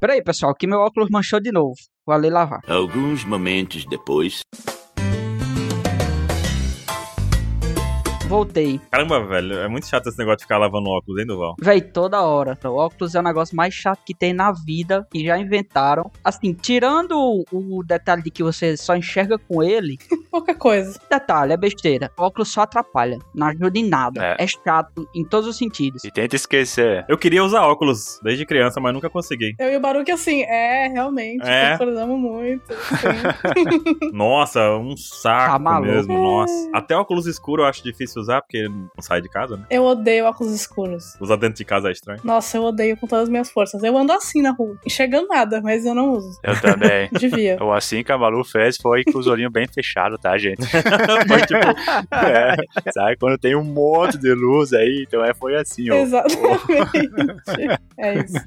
Peraí, pessoal, que meu óculos manchou de novo. Vou ali lavar. Alguns momentos depois. Voltei. Caramba, velho, é muito chato esse negócio de ficar lavando óculos, hein, Duval? Véi, toda hora. O óculos é o negócio mais chato que tem na vida, que já inventaram. Assim, tirando o- o detalhe de que você só enxerga com ele, Pouca coisa. detalhe, é besteira. O óculos só atrapalha, não ajuda em nada. É, É. chato em todos os sentidos. E tenta esquecer. Eu queria usar óculos desde criança, mas nunca consegui. Eu e o Baruque, assim, é, realmente, É. concordamos muito. assim. Nossa, um Tá saco maluco. É. mesmo, nossa. Até óculos escuro eu acho difícil usar, porque não sai de casa, né? eu odeio óculos escuros. Usar dentro de casa é estranho. Nossa, eu odeio com todas as minhas forças. Eu ando assim na rua, enxergando nada, mas eu não uso. Eu também. Devia. Ou assim que a Malu fez foi com os olhinhos bem fechados, tá, gente? Foi tipo, é, sabe? Quando tem um monte de luz aí, então é, foi assim, ó. Exatamente. é isso.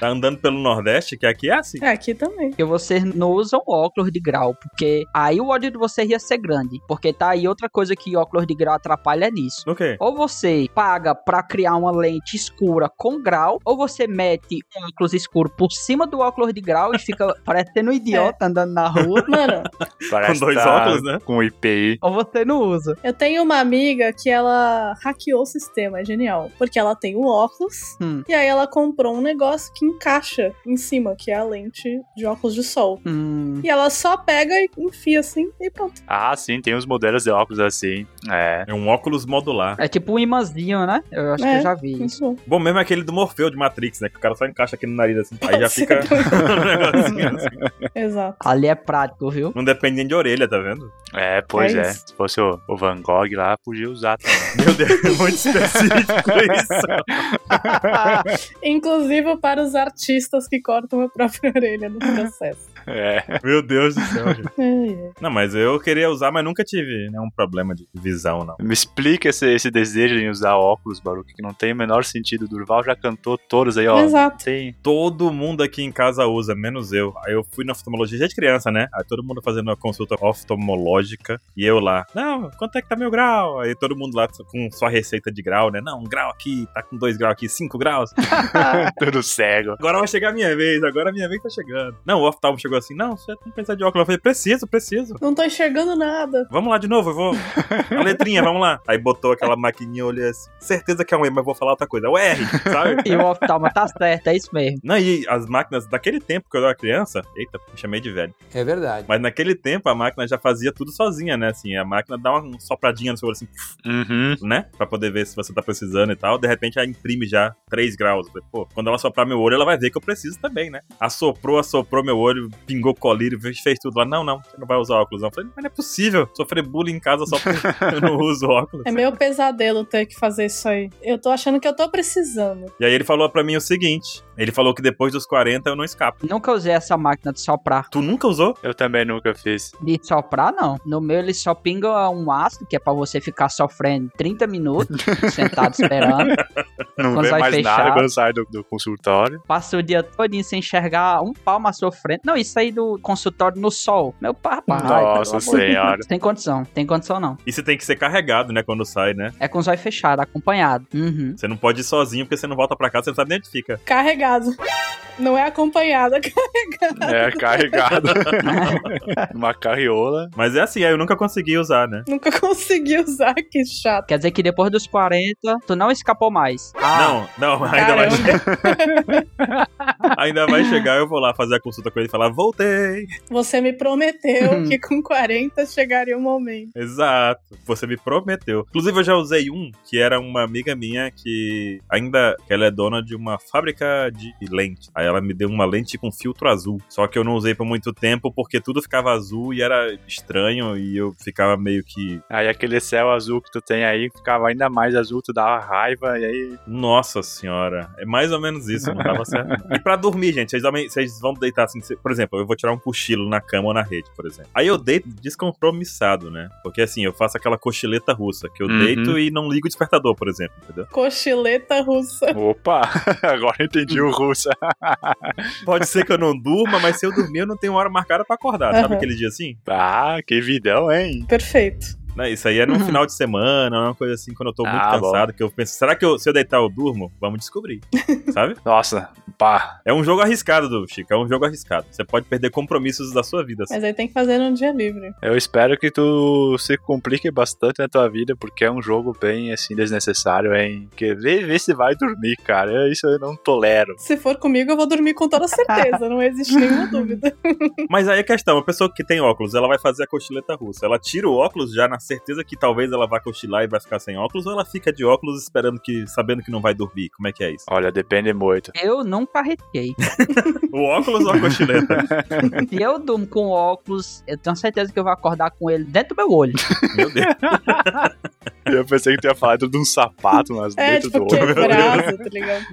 Tá andando pelo Nordeste, que aqui é assim. É, aqui também. Porque vocês não usam óculos de grau, porque aí o ódio de vocês ia ser grande. Porque tá aí outra coisa que óculos de grau atrapalha é nisso. No quê? Ou você paga pra criar uma lente escura com grau, ou você mete um óculos escuro por cima do óculos de grau e fica parecendo um idiota andando na rua, Mano, Parece Com dois tá óculos, né? Com IPI. ou você não usa. eu tenho uma amiga que ela hackeou o sistema, é genial. Porque ela tem o óculos, Hum. e aí ela comprou um negócio que encaixa em cima, que é a lente de óculos de sol. Hum. E ela só pega e enfia assim e pronto. Ah, sim, tem uns modelos de óculos assim. É. É um óculos modular. É tipo um imãzinho, né? Eu acho que É. eu já vi isso. Muito bom. Bom, mesmo é aquele do Morfeu de Matrix, né? Que o cara só encaixa aqui no nariz assim. Aí já Sim. fica um negocinho assim. Exato. Ali é prático, viu? Não depende nem de orelha, tá vendo? É, pois É é. isso. Se fosse o, o Van Gogh lá, podia usar também. Meu Deus, é muito específico isso. Ah, Inclusive para os artistas que cortam a própria orelha no processo. É, É. Meu Deus do céu, gente. Ai, ai. Não, mas eu queria usar, mas nunca tive nenhum problema de visão, não. Me explica esse, esse desejo em usar óculos, Baruque, que não tem o menor sentido. O Durval já cantou todos aí, ó. Exato. Tem. Todo mundo aqui em casa usa, menos eu. Aí eu fui na oftalmologia desde criança, né? Aí todo mundo fazendo uma consulta oftalmológica e eu lá. Não, quanto é que tá meu grau? Aí todo mundo lá com sua receita de grau, né? Não, um grau aqui, tá com dois graus aqui, cinco graus. Tudo cego. Agora vai chegar a minha vez, agora a minha vez tá chegando. Não, o oftalmo chegou assim, não, você não precisa de óculos. Eu falei, preciso, preciso. Não tô enxergando nada. Vamos lá de novo, eu vou. A letrinha, vamos lá. Aí botou aquela maquininha, olhei assim. Certeza que é um E, mas vou falar outra coisa. É o R, sabe? E o oftalma tá certo, é isso mesmo. Não, e as máquinas daquele tempo que eu era criança, eita, me chamei de velho. É verdade. Mas naquele tempo a máquina já fazia tudo sozinha, né? Assim, a máquina dá uma sopradinha no seu olho assim, Uhum. né? Pra poder ver se você tá precisando e tal. De repente ela imprime já 3 graus. Eu falei, Pô, quando ela soprar meu olho, ela vai ver que eu preciso também, né? Assoprou, assoprou meu olho, pingou colírio, fez fez tudo lá. Não, não, você não vai usar óculos. Não. Eu falei, mas não é possível. Sofrer bullying em casa só porque eu não uso óculos. É meu pesadelo ter que fazer isso aí. Eu tô achando que eu tô precisando. E aí ele falou pra mim o seguinte: ele falou que depois dos 40 eu não escapo. Nunca usei essa máquina de soprar. Tu nunca usou? Eu também nunca fiz. De soprar, não. No meu, ele só pinga um ácido, que é pra você ficar sofrendo 30 minutos, sentado esperando. Não Quando vê sai mais nada fechado. quando sai do, do consultório. Passa o dia todinho sem enxergar um palmo à sua frente. Não, isso aí do consultório no sol. Meu papai. Nossa pelo amor de Senhora. Deus. Tem condição, tem condição não. E você tem que ser carregado, né? Quando sai, né? É com os olhos fechados, acompanhado. Uhum. Você não pode ir sozinho porque você não volta pra casa, você não sabe nem onde fica. Carregado. Não é acompanhada. É, carregado. Uma carriola. Mas é assim, aí eu nunca consegui usar, né? Nunca consegui usar, que chato. Quer dizer que depois dos 40, tu não escapou mais. Ah, Não, não, ainda vai, Caramba. ainda vai chegar, eu vou lá fazer a consulta com ele e falar, voltei. Você me prometeu que com 40 chegaria o momento. Exato, você me prometeu. Inclusive, eu já usei um que era uma amiga minha que ainda que ela é dona de uma fábrica de lente. Aí ela me deu uma lente com filtro azul. Só que eu não usei por muito tempo porque tudo ficava azul e era estranho e eu ficava meio que. Aí aquele céu azul que tu tem aí ficava ainda mais azul, tu dava raiva e aí. Nossa senhora, é mais ou menos isso, não tava certo. E pra dormir, gente, vocês, dormem- vocês vão deitar assim, cê- por exemplo, eu vou tirar um cochilo na cama ou na rede, por exemplo. Aí eu deito descompromissado, né? Porque assim, eu faço aquela cochileta russa, que eu Uhum. deito e não ligo o despertador, por exemplo, entendeu? Cochileta russa. Opa! Agora entendi o russo. Pode ser que eu não durma, mas se eu dormir, eu não tenho hora marcada pra acordar. Sabe Aham. aquele dia assim? Ah, que vidão, hein? Perfeito. Né, Isso aí é num Uhum. final de semana, é uma coisa assim, quando eu tô muito Ah, bom. cansado, que eu penso, será que eu- se eu deitar eu durmo? Vamos descobrir, sabe? Nossa, pá. É um jogo arriscado, Du, Chico. É um jogo arriscado. Você pode perder compromissos da sua vida. assim. Mas aí tem que fazer num dia livre. Eu espero que tu se complique bastante na tua vida, porque é um jogo bem, assim, desnecessário, hein? Que vê, vê se vai dormir, cara. Isso eu não tolero. Se for comigo, eu vou dormir com toda certeza, não existe nenhuma dúvida. Mas aí a questão, a pessoa que tem óculos, ela vai fazer a cochileta russa. Ela tira o óculos já na certeza que talvez ela vá cochilar e vai ficar sem óculos, ou ela fica de óculos esperando que, sabendo que não vai dormir. Como é que é isso? Olha, depende muito. Eu não carreguei. O óculos ou a cochileta? Se eu durmo com óculos, eu tenho certeza que eu vou acordar com ele dentro do meu olho. Meu Deus. Eu pensei que tu ia falar de um sapato nas É, dentro tipo, do olho. quebrado, tá ligado?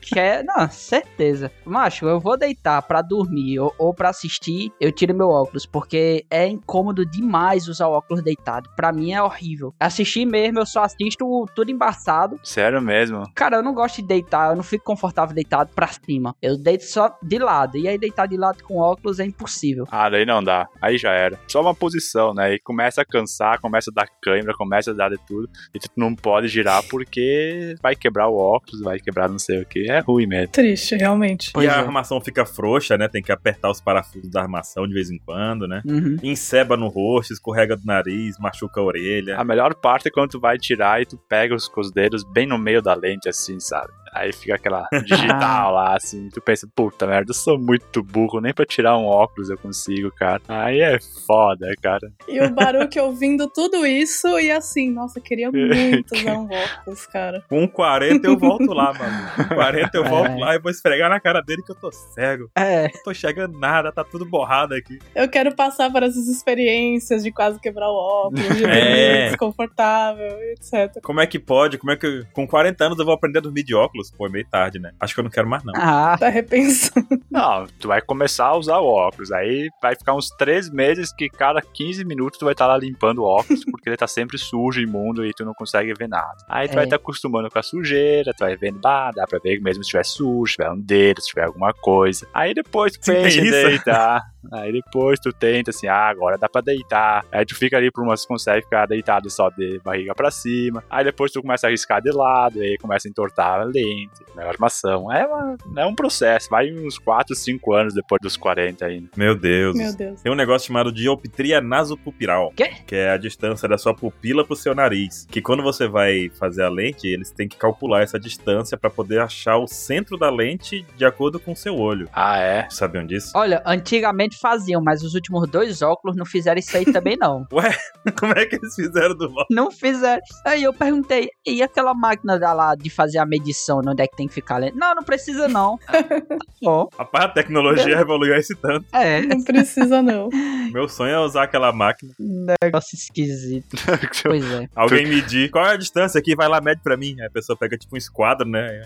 Que é, não, certeza. Macho, eu vou deitar pra dormir ou, ou pra assistir, eu tiro meu óculos, porque é incômodo demais usar o óculos deitado. Pra mim é horrível. Assistir mesmo, eu só assisto tudo embaçado. Sério mesmo. Cara, eu não gosto de deitar, eu não fico confortável deitado pra cima. Eu deito só de lado. E aí deitar de lado com óculos é impossível. Ah, daí não dá. Aí já era. Só uma posição, né? E começa a cansar, começa a dar câimbra, começa a dar de tudo. E tu não pode girar porque vai quebrar o óculos, vai quebrar não sei o que. É ruim mesmo. Triste, realmente. Pois e a é. armação fica frouxa, né? Tem que apertar os parafusos da armação de vez em quando, né? Uhum. Enceba no rosto, escorrega do nariz, machuca a orelha. A melhor parte é quando tu vai tirar e tu pega os com os dedos bem no meio da lente, assim, sabe? Aí fica aquela digital lá, assim. Tu pensa, puta merda, eu sou muito burro, nem pra tirar um óculos eu consigo, cara. Aí é foda, cara. E o Baruque ouvindo tudo isso e assim, nossa, queria muito usar um óculos, cara. Com 40 eu volto lá, mano. Com 40 eu volto lá e vou esfregar na cara dele que eu tô cego. É, Não tô chegando nada, tá tudo borrado aqui. Eu quero passar por essas experiências de quase quebrar o óculos, de dormir É. desconfortável, etc. Como é que pode? Como é que. eu- Com 40 anos eu vou aprender a dormir de óculos? Pô, é meio tarde, né? Acho que eu não quero mais, não. ah, Tá repensando. Não, tu vai começar a usar o óculos. Aí vai ficar uns três meses que cada 15 minutos tu vai estar lá limpando o óculos, porque ele tá sempre sujo, imundo, e tu não consegue ver nada. Aí tu É. vai estar acostumando com a sujeira, tu vai vendo, bah, dá pra ver mesmo se tiver sujo, se tiver um dedo, se tiver alguma coisa. Aí depois tu Sim, tem pensa em isso. deitar. Aí depois tu tenta assim, ah, agora dá pra deitar. Aí tu fica ali por umas, consegue ficar deitado só de barriga pra cima. Aí depois tu começa a riscar de lado, aí começa a entortar a lente, né, a armação. É, uma- é um processo, vai uns 4, 5 anos depois dos 40 ainda. Meu Deus. Meu Deus. Tem um negócio chamado dioptria nasopupiral. Quê? Que é a distância da sua pupila pro seu nariz. Que quando você vai fazer a lente, eles têm que calcular essa distância pra poder achar o centro da lente de acordo com o seu olho. Ah, é? Sabiam disso? olha, antigamente faziam, mas os últimos dois óculos não fizeram isso aí também, não. Como é que eles fizeram do mal? Não fizeram. Aí eu perguntei, e aquela máquina da lá de fazer a medição, onde é que tem que ficar lento? Não, não precisa não. Tá Bom, Rapaz, a tecnologia evoluiu esse tanto. é, Não precisa, não. Meu sonho é usar aquela máquina. um negócio esquisito. Pois é. Alguém medir. Qual é a distância aqui? Vai lá, mede pra mim. Aí a pessoa pega tipo um esquadro, né?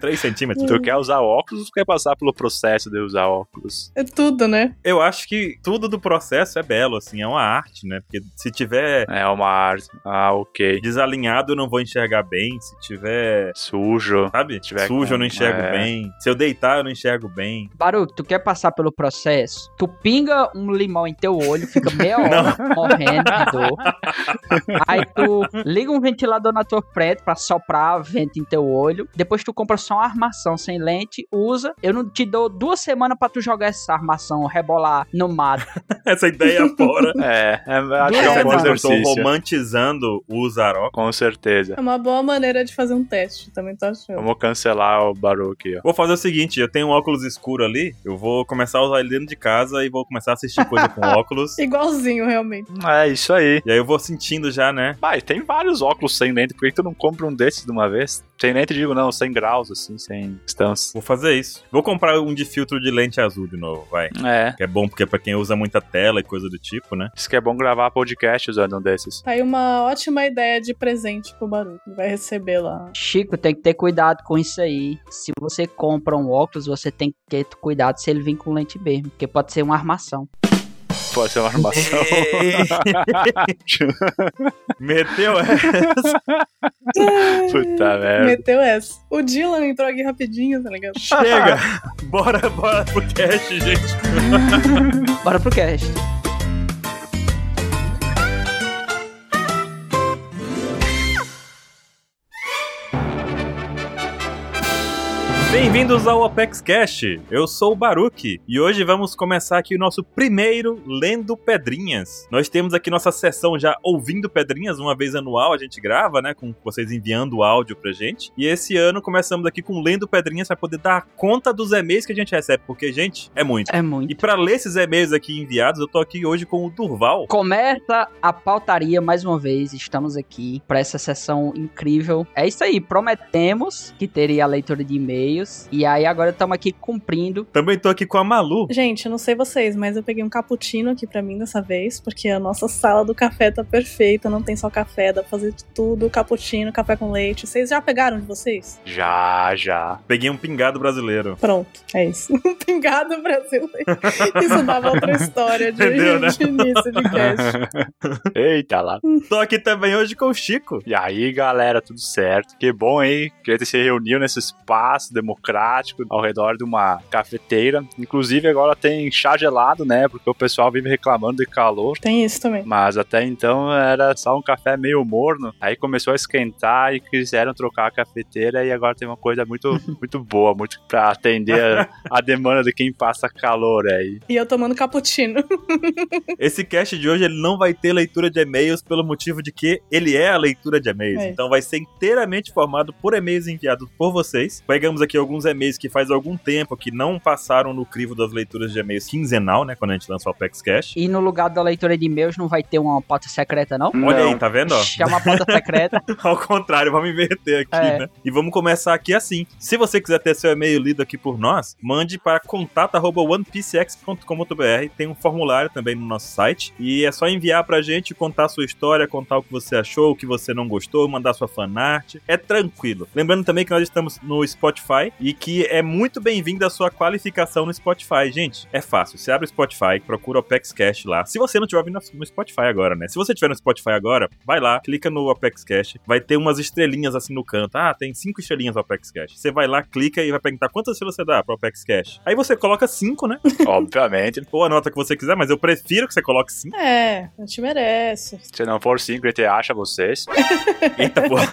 3 centímetros. tu quer usar óculos ou tu quer passar pelo processo de usar óculos? É tudo, né? Eu acho que tudo do processo é belo, assim. É uma arte, né? Porque se tiver É uma arte. Ah, ok. desalinhado, eu não vou enxergar bem. Se tiver. Sujo. Sabe? Tiver Sujo, com- eu não enxergo é. bem. Se eu deitar, eu não enxergo bem. Baru, tu quer passar pelo processo? Tu pinga um limão em teu olho, fica meia hora morrendo de dor. Aí tu liga um ventilador na tua frente pra soprar vento em teu olho. Depois tu compra só uma armação sem lente, usa. Eu não te dou duas semanas pra tu jogar essa armação, rebolar no mato. Essa ideia fora. É, é acho que Duas é um bom semanas. Eu tô exercício. romantizando o usar óculos. Com certeza. É uma boa maneira de fazer um teste, também tô achando. Vamos cancelar o Baruque, ó. Vou fazer o seguinte, eu tenho um óculos escuro ali, eu vou começar a usar ele dentro de casa e vou começar a assistir coisa com óculos. Igualzinho, realmente. É isso aí. E aí eu vou sentindo já, né? Pai, tem vários óculos sem lente, por que tu não compra um desses de uma vez? Sem lente, digo não, sem graus, assim, sem distância. Vou fazer isso. Vou comprar um de filtro de lente azul de novo, vai. É. Que é bom porque é pra quem usa muita tela e coisa do tipo, né? Isso que é bom gravar podcast usando um desses. Tá aí uma ótima ideia de presente pro Baru. que Vai receber lá. Chico, tem que ter cuidado com isso aí. Se você compra um óculos, você tem que ter cuidado se ele vir com lente B, porque pode ser uma armação. Pode ser é uma armação. É. Meteu é. essa. Puta merda. Meteu essa. O Dylan entrou aqui rapidinho, tá ligado? Chega! Bora, bora pro cast, gente. Bora pro cast. Bem-vindos ao Apex Cash. Eu sou o Baruque e hoje vamos começar aqui o nosso primeiro Lendo Pedrinhas. Nós temos aqui nossa sessão já Ouvindo Pedrinhas, uma vez anual a gente grava, né, com vocês enviando áudio pra gente. E esse ano começamos aqui com Lendo Pedrinhas pra poder dar conta dos e-mails que a gente recebe, porque gente, é muito. É E muito. pra ler esses e-mails aqui enviados, eu tô aqui hoje com o Durval. Começa a pautaria mais uma vez. Estamos aqui pra essa sessão incrível. É isso aí, prometemos que teria a leitura de e-mails. E aí agora estamos aqui cumprindo. Também tô aqui com a Malu. Gente, eu não sei vocês, mas eu peguei um cappuccino aqui pra mim dessa vez, porque a nossa sala do café tá perfeita, não tem só café, dá pra fazer de tudo, cappuccino, café com leite. Vocês já pegaram de vocês? Já, já. Peguei um pingado brasileiro. Pronto, é isso. Pingado brasileiro. Isso dava outra história de, Entendeu, né? de início de cast. Eita lá. Tô aqui também hoje com o Chico. E aí, galera, tudo certo? Que bom, hein? Que a gente se reuniu nesse espaço democrático ao redor de uma cafeteira. Inclusive, agora tem chá gelado, né? Porque o pessoal vive reclamando de calor. Tem isso também. Mas até então era só um café meio morno. Aí começou a esquentar e quiseram trocar a cafeteira. E agora tem uma coisa muito, muito boa, muito pra atender a, a demanda de quem passa calor aí. E eu tomando cappuccino. Esse cast de hoje ele não vai ter leitura de e-mails pelo motivo de que ele é a leitura de e-mails. É. Então vai ser inteiramente formado por e-mails enviados por vocês. Pegamos aqui alguns e-mails que faz algum tempo que não passaram no crivo das leituras de e-mails quinzenal, né, quando a gente lançou o Apex Cash. E no lugar da leitura de e-mails não vai ter uma pauta secreta, não? Olha aí, tá vendo? ó? Chama a pauta secreta. Ao contrário, vamos inverter aqui, É. né? E vamos começar aqui assim. Se você quiser ter seu e-mail lido aqui por nós, mande para contato@onepcx.com.br. Tem um formulário também no nosso site e é só enviar pra gente, contar a sua história, contar o que você achou, o que você não gostou, mandar sua fanart. É tranquilo. Lembrando também que nós estamos no Spotify e que é muito bem-vinda a sua qualificação no Spotify, gente. É fácil. Você abre o Spotify, procura o Apex Cash lá. Se você não estiver ouvindo no Spotify agora, né? Se você estiver no Spotify agora, vai lá, clica no Apex Cash, vai ter umas estrelinhas assim no canto. Ah, tem cinco estrelinhas no Apex Cash. Você vai lá, clica e vai perguntar quantas estrelas você dá pro Apex Cash. Aí você coloca cinco, né? Obviamente. Ou a nota que você quiser, mas eu prefiro que você coloque cinco. É, eu te mereço. Se não for 5, ele acha vocês. Eita porra.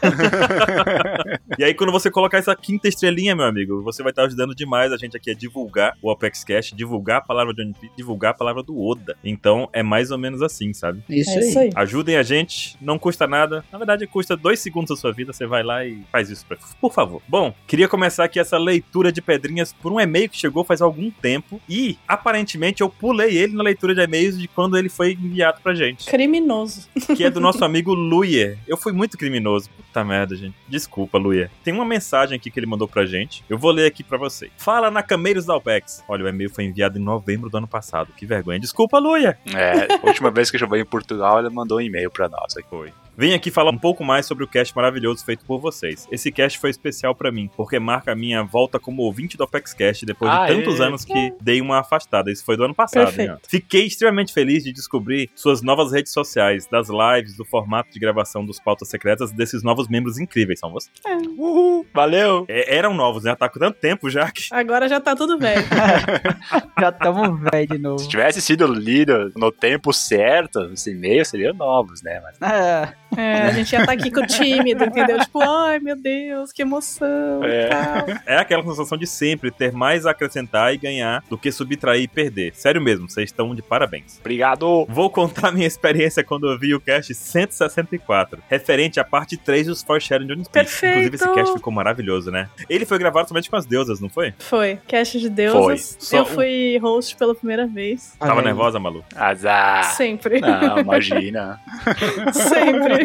e aí, quando você colocar essa quinta estrelinha, meu amigo, você vai estar ajudando demais a gente aqui a divulgar o Apex Cash, divulgar a palavra de One Piece, divulgar a palavra do Oda. Então, é mais ou menos assim, sabe? Isso, é isso aí. Ajudem a gente, não custa nada. Na verdade, custa dois segundos da sua vida. Você vai lá e faz isso, pra- por favor. Bom, queria começar aqui essa leitura de pedrinhas por um e-mail que chegou faz algum tempo. E, aparentemente, eu pulei ele na leitura de e-mails de quando ele foi enviado pra gente. Criminoso. Que é do nosso amigo Luier. Eu fui muito criminoso. Puta merda, gente. Desculpa, Luier. Tem uma mensagem aqui que ele mandou pra gente. Eu vou ler aqui pra vocês. Fala, Nakameiros da Alpex. Olha, o e-mail foi enviado em novembro do ano passado. Que vergonha. Desculpa, Luier. É, a última vez que eu cheguei em Portugal, ele mandou um e-mail pra nós. Foi. Vim aqui falar um pouco mais sobre o cast maravilhoso feito por vocês. Esse cast foi especial pra mim, porque marca a minha volta como ouvinte do Apex Cast depois Aê. de tantos anos que dei uma afastada. Isso foi do ano passado, Perfeito. né? Fiquei extremamente feliz de descobrir suas novas redes sociais, das lives, do formato de gravação dos pautas secretas desses novos membros incríveis. São vocês? Uhul, valeu! É, eram novos, né? Tá com tanto tempo já que. Agora já tá tudo bem. Já estamos velho de novo. Se tivesse sido lido no tempo certo, esse e-mail seria novos, né? Mas É, É, a gente ia estar aqui com o tímido, entendeu? Tipo, ai meu Deus, que emoção É. e tal. É aquela sensação de sempre ter mais a acrescentar e ganhar do que subtrair e perder. Sério mesmo, vocês estão de parabéns. obrigado! Vou contar minha experiência quando eu vi o cast 164, referente à parte 3 dos Foreshadow de One Piece. Perfeito! Inclusive, esse cast ficou maravilhoso, né? Ele foi gravado somente com as deusas, não foi? Foi, cast de deuses. Foi. Só Eu um. fui host pela primeira vez. olha Tava aí. nervosa, Malu? Ah. Azar! Sempre, Não, imagina. sempre.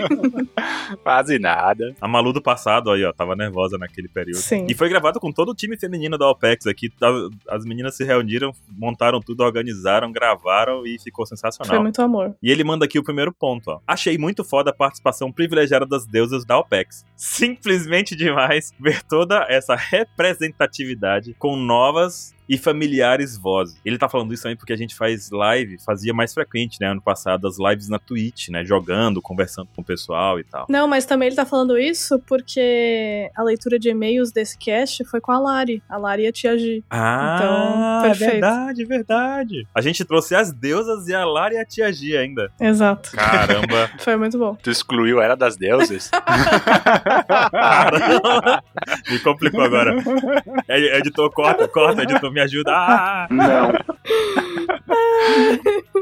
Quase nada. A Malu do passado, aí, ó, tava nervosa naquele período. Sim. E foi gravado com todo o time feminino da OPEX aqui. tá- As meninas se reuniram, montaram tudo, organizaram, gravaram e ficou sensacional. Foi muito amor. E ele manda aqui o primeiro ponto, ó. Achei muito foda a participação privilegiada das deusas da OPEX. Simplesmente demais ver toda essa representatividade com novas e familiares vozes. Ele tá falando isso também porque a gente faz live, fazia mais frequente, né? Ano passado, as lives na Twitch, né? Jogando, conversando com o pessoal e tal. Não, mas também ele tá falando isso porque a leitura de e-mails desse cast foi com a Lari. A Lari e a Tia G. Ah, perfeito. verdade, verdade. A gente trouxe as deusas e a Lara e a Tia G ainda. Exato. Caramba. Foi muito bom. Tu excluiu Era das Deuses? Caramba. Me complicou agora. É, Editor, corta, corta, editor, me ajuda. Ah! Não.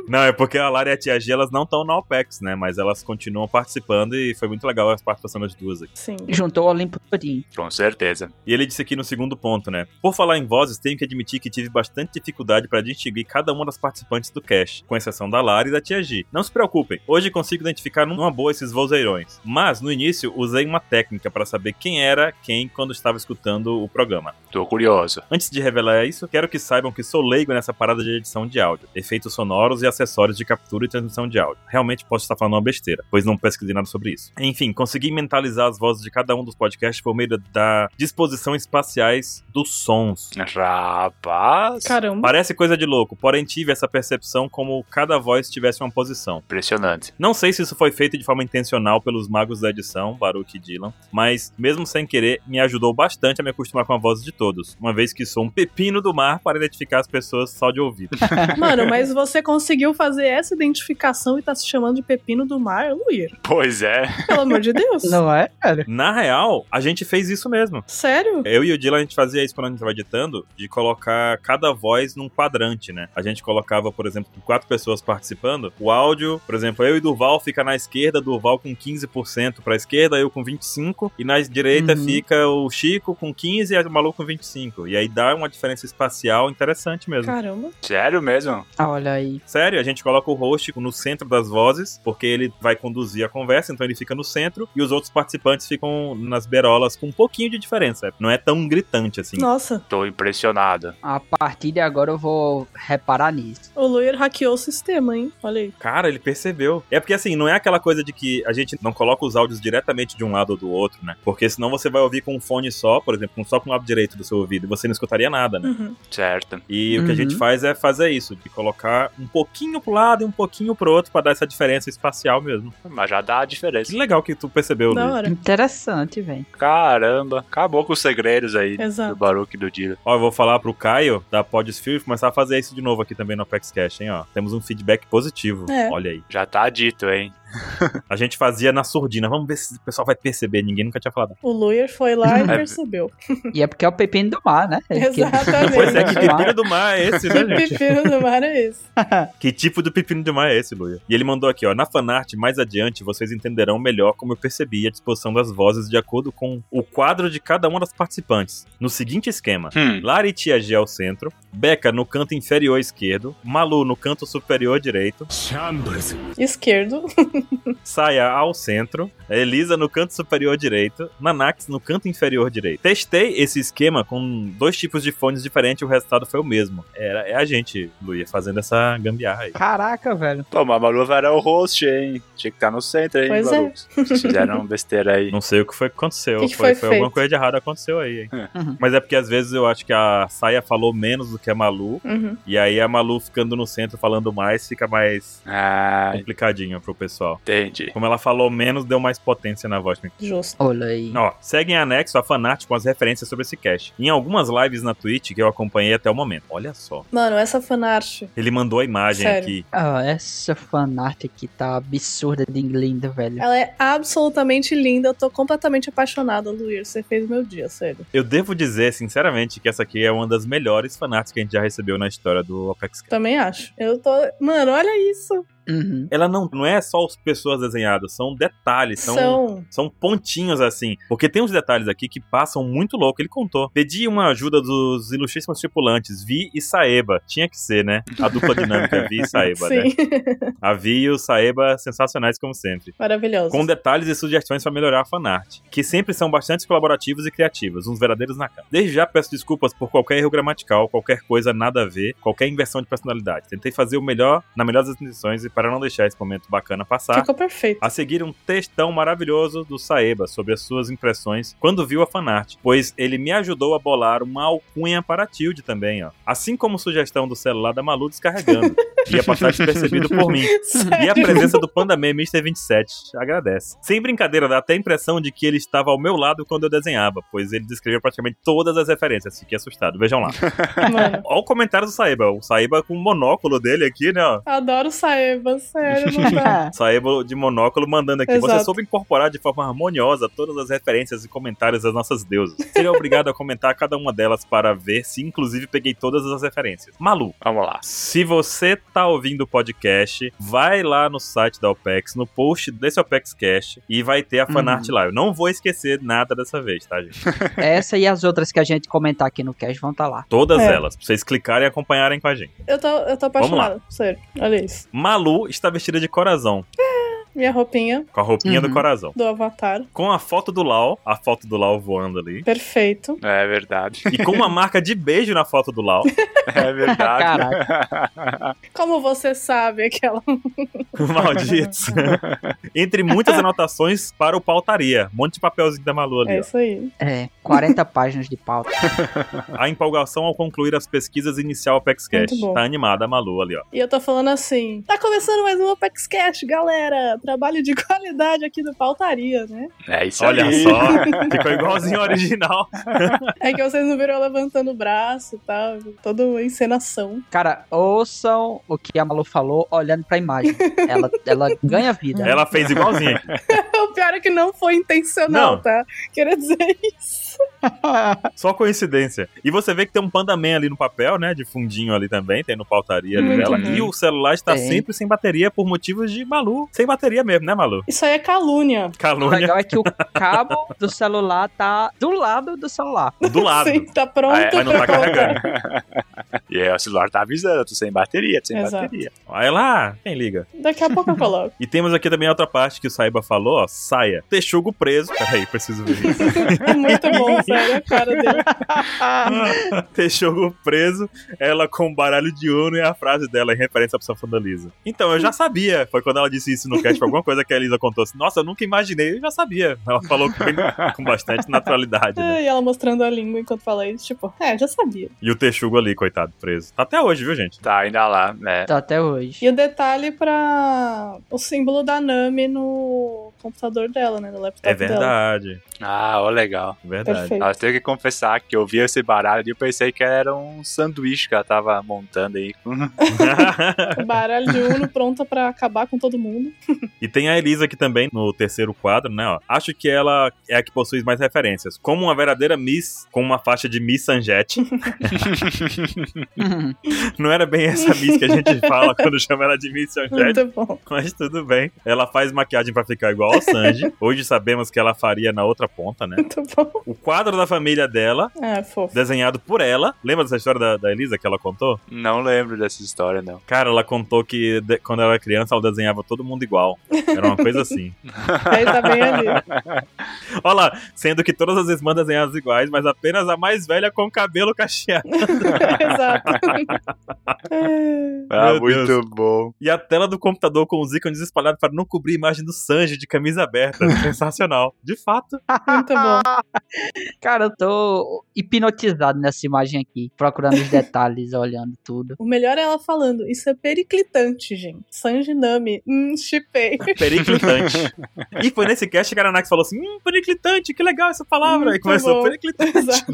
Não, é porque a Lara e a Tia G, elas não estão na OPEX, né? Mas elas continuam participando e foi muito legal as participação das duas aqui. Sim. Juntou o Olimpo todinho. Com certeza. E ele disse aqui no segundo ponto, né? Por falar em vozes, tenho que admitir que tive bastante dificuldade para distinguir cada uma das participantes do cast, com exceção da Lara e da Tia G. Não se preocupem, hoje consigo identificar numa boa esses vozeirões. Mas, no início, usei uma técnica para saber quem era quem quando estava escutando o programa. Tô curioso. Antes de revelar isso, quero que saibam que sou leigo nessa parada de edição de áudio, efeitos sonoros e acessórios de captura e transmissão de áudio. Realmente posso estar falando uma besteira, pois não pesquisei nada sobre isso. Enfim, consegui mentalizar as vozes de cada um dos podcasts por meio da- da disposição espaciais dos sons. Rapaz. Caramba. Parece coisa de louco, porém tive essa percepção como cada voz tivesse uma posição. Impressionante. Não sei se isso foi feito de forma intencional pelos magos da edição, Baruch e Dylan, mas mesmo sem querer, me ajudou bastante a me acostumar com a voz de todos, uma vez que sou um pepino do mar para identificar as pessoas só de ouvido. Mano, mas você conseguiu fazer essa identificação e tá se chamando de Pepino do Mar, Luir. Pois é. Pelo amor de Deus. Não é, cara? Na real, a gente fez isso mesmo. Sério? Eu e o Dylan, a gente fazia isso quando a gente tava editando, de colocar cada voz num quadrante, né? A gente colocava, por exemplo, com quatro pessoas participando, o áudio, por exemplo, eu e Durval fica na esquerda, Durval com 15% pra esquerda, eu com 25%, e na direita Uhum. fica o Chico com 15% e o Malu com 25%. E aí dá uma diferença espacial interessante mesmo. Caramba. Sério mesmo? Ah, Olha aí. Sério, a gente coloca o host tipo, no centro das vozes, porque ele vai conduzir a conversa, então ele fica no centro, e os outros participantes ficam nas berolas com um pouquinho de diferença. Não é tão gritante assim. Nossa, Tô impressionado. A partir de agora eu vou reparar nisso. o Luir hackeou o sistema, hein? Olha aí. Cara, ele percebeu. É porque assim, não é aquela coisa de que a gente não coloca os áudios diretamente de um lado ou do outro, né? Porque senão você vai ouvir com um fone só, por exemplo, com- só com o lado direito do seu ouvido, e você não escutaria nada, né? Uhum. Certo. E o que a Uhum. gente faz é fazer isso, de colocar um pouquinho pro lado e um pouquinho pro outro pra dar essa diferença espacial mesmo. Mas já dá a Que diferença. legal que tu percebeu, Da Luiz. hora. Interessante, velho. Caramba. Acabou com os segredos aí do Exato. Baruque e do Dila. Ó, eu vou falar pro Caio da Podsphere começar a fazer isso de novo aqui também no Apex Cash, hein, ó. Temos um feedback positivo. É. Olha aí. Já tá dito, hein? A gente fazia na surdina. Vamos ver se o pessoal vai perceber. Ninguém nunca tinha falado. O Luir foi lá e É. percebeu. E é porque é o pepino do mar, né? É porque- Exatamente. Pois é, que Não, pepino do mar é esse, né, Que gente? pepino do mar é esse? Que tipo de pepino de mar é esse, Luia? E ele mandou aqui, ó. Na fanart, mais adiante, vocês entenderão melhor como eu percebi a disposição das vozes de acordo com o quadro de cada uma das participantes. No seguinte esquema. Hum. Lari e Tia G ao centro, Beca no canto inferior esquerdo, Malu no canto superior direito, Esquerdo. Saia ao centro, Elisa no canto superior direito, Nanax no canto inferior direito. Testei esse esquema com dois tipos de fones diferentes e o resultado foi o mesmo. Era, é a gente, Luia, fazendo essa gambiarra aí. Caraca, velho. Pô, mas a Maluva era o host, hein? Tinha que estar no centro, hein, Pois é. Malu? Vocês fizeram besteira aí. Não sei o que foi que aconteceu. O que que foi foi foi feito? alguma coisa de errado aconteceu aí, hein? É. Uhum. Mas é porque às vezes eu acho que a Saia falou menos do que a Malu. Uhum. E aí a Malu ficando no centro falando mais, fica mais Ah, complicadinho pro pessoal. entendi. Como ela falou menos, deu mais potência na voz. Justo. Olha aí. Ó, segue em anexo a fanart com as referências sobre esse cast. Em algumas lives na Twitch que eu acompanhei até o momento. Olha só. Mano, essa fanart. Ele mandou a imagem Sério? aqui. Ah, essa fanart aqui tá absurda de linda, velho. Ela é absolutamente linda. Eu tô completamente apaixonada, Luir. Você fez meu dia, sério. Eu devo dizer, sinceramente, que essa aqui é uma das melhores fanarts que a gente já recebeu na história do Apex Cash. Também acho. Eu tô. Mano, olha isso. Uhum. Ela não, não é só as pessoas desenhadas, são detalhes, são, são... São. pontinhos assim. Porque tem uns detalhes aqui que passam muito louco. Ele contou. Pedi uma ajuda dos ilustríssimos tripulantes, Vi e Saeba. Tinha que ser, né? A dupla dinâmica, Vi e Saeba, né? Sim. A Vi e o Saeba, sensacionais como sempre. Maravilhosos. com detalhes e sugestões para melhorar a fanart, que sempre são bastante colaborativos e criativos, uns verdadeiros na cara. Desde já peço desculpas por qualquer erro gramatical, qualquer coisa nada a ver, qualquer inversão de personalidade. Tentei fazer o melhor, na melhor das intenções e para não deixar esse momento bacana passar. Ficou perfeito. A seguir, um textão maravilhoso do Saeba sobre as suas impressões quando viu a fanart, pois ele me ajudou a bolar uma alcunha para a Tilde também, ó. Assim como sugestão do celular da Malu descarregando. Ia passar despercebido por mim. E a Sério? presença do Pandamê Mr. 27 agradece. Sem brincadeira, dá até a impressão de que ele estava ao meu lado quando eu desenhava, pois ele descreveu praticamente todas as referências. Fiquei assustado. Vejam lá. Mano, Olha o comentário do Saeba. O Saeba com o monóculo dele aqui, né? ó. adoro Saeba, sério, não dá. Saeba de monóculo mandando aqui. Exato. Você soube incorporar de forma harmoniosa todas as referências e comentários das nossas deusas. Seria obrigado a comentar cada uma delas para ver se, inclusive, peguei todas as referências. Malu, Vamos lá. se você tá ouvindo o podcast, vai lá no site da OPEX, no post desse OPEX Cash, e vai ter a fanart Uhum. lá. Eu não vou esquecer nada dessa vez, tá, gente? Essa e as outras que a gente comentar aqui no cast vão estar lá. Todas É. elas, pra vocês clicarem e acompanharem com a gente. Eu tô, eu tô Vamos lá. apaixonada, sério. Olha isso. Malu está vestida de coração, Minha roupinha com a roupinha Uhum. do coração. do Avatar, Com a foto do Lau, a foto do Lau voando ali. perfeito. É verdade. E com uma marca de beijo na foto do Lau. É verdade. Como você sabe, aquela. Malditos. Entre muitas anotações para o pautaria. Um monte de papelzinho da Malu ali. É ó. isso aí. É, 40 páginas de pauta. A empolgação ao concluir as pesquisas inicial Apex Cash. Muito bom. Tá animada a Malu ali, ó. E eu tô falando assim: tá começando mais um Opex Cash, galera! Trabalho de qualidade aqui do Pautaria, né? É isso Olha aí. só, ficou igualzinho ao original. É que vocês não viram eu levantando o braço e tal, toda uma encenação. Cara, ouçam o que a Malu falou olhando pra imagem. Ela, ela ganha vida. Ela fez igualzinho. aqui. O pior é que não foi intencional, Não. tá? Queria dizer isso. Só coincidência. E você vê que tem um Pandaman ali no papel, né? De fundinho ali também, tem no pautaria ali Muito dela. bom. E o celular está Tem. sempre sem bateria por motivos de Malu. Sem bateria mesmo, né, Malu? Isso aí é calúnia. O Calúnia legal é que o cabo do celular tá do lado do celular. do lado. Sim, tá pronto Ah, é, mas não tá pra colocar. carregando. E aí, o celular tá avisando, tô sem bateria, tô sem Exato. bateria. Olha lá, "Ah, quem liga? Daqui a pouco eu coloco. E temos aqui também a outra parte que o Saiba falou, ó. Saia. Texugo preso. Peraí, preciso ver isso. É muito bom, sério, a cara dele. Texugo preso, ela com um baralho de uno e a frase dela em referência à psafona da Lisa. Então, eu já sabia. Foi quando ela disse isso no cast, foi alguma coisa que a Lisa contou assim. Nossa, eu nunca imaginei, eu já sabia. Ela falou com, com bastante naturalidade, né? É, E ela mostrando a língua enquanto fala isso, tipo, é, já sabia. E o Texugo ali, coitado, preso. Tá até hoje, viu, gente? Tá, ainda lá, né? Tá até hoje. E o detalhe pra o símbolo da Nami no computador dela, né? No laptop É dela. verdade, é Ah, ó, legal. verdade. Perfeito. Ela teve que confessar que eu vi esse baralho e eu pensei que era um sanduíche que ela tava montando aí. Ah. O baralho de Uno pronta pra acabar com todo mundo. E tem a Elisa aqui também, no terceiro quadro, né? Ó. Acho que ela é a que possui mais referências. Como uma verdadeira Miss, com uma faixa de Miss Sanjete. Uhum. Não era bem essa Miss que a gente fala quando chama ela de Miss Sanjete. Muito bom. Mas tudo bem. Ela faz maquiagem pra ficar igual ao Sanji. Hoje sabemos que ela faria na outra ponta, né? Muito bom. O quadro da família dela, É, fofo. desenhado por ela. Lembra dessa história da, da Elisa que ela contou? Não lembro dessa história, não. Cara, ela contou que de- quando ela era criança, ela desenhava todo mundo igual. Era uma coisa assim. Aí tá bem ali. Olha lá, sendo que todas as irmãs desenhadas iguais, mas apenas a mais velha com cabelo cacheado. Exato. É. Ah, Meu muito Deus. bom. E a tela do computador com os ícones espalhados para não cobrir a imagem do Sanji de camisa aberta. Sensacional. De fato. Muito bom. Cara, eu tô hipnotizado nessa imagem aqui, procurando os detalhes, olhando tudo. O melhor é ela falando. Isso é periclitante, gente. Sanji Nami. Hum, chipei. Periclitante. e foi nesse cast que a Aranax falou assim: hum, periclitante, que legal essa palavra. e Muito começou bom. periclitante. Exato.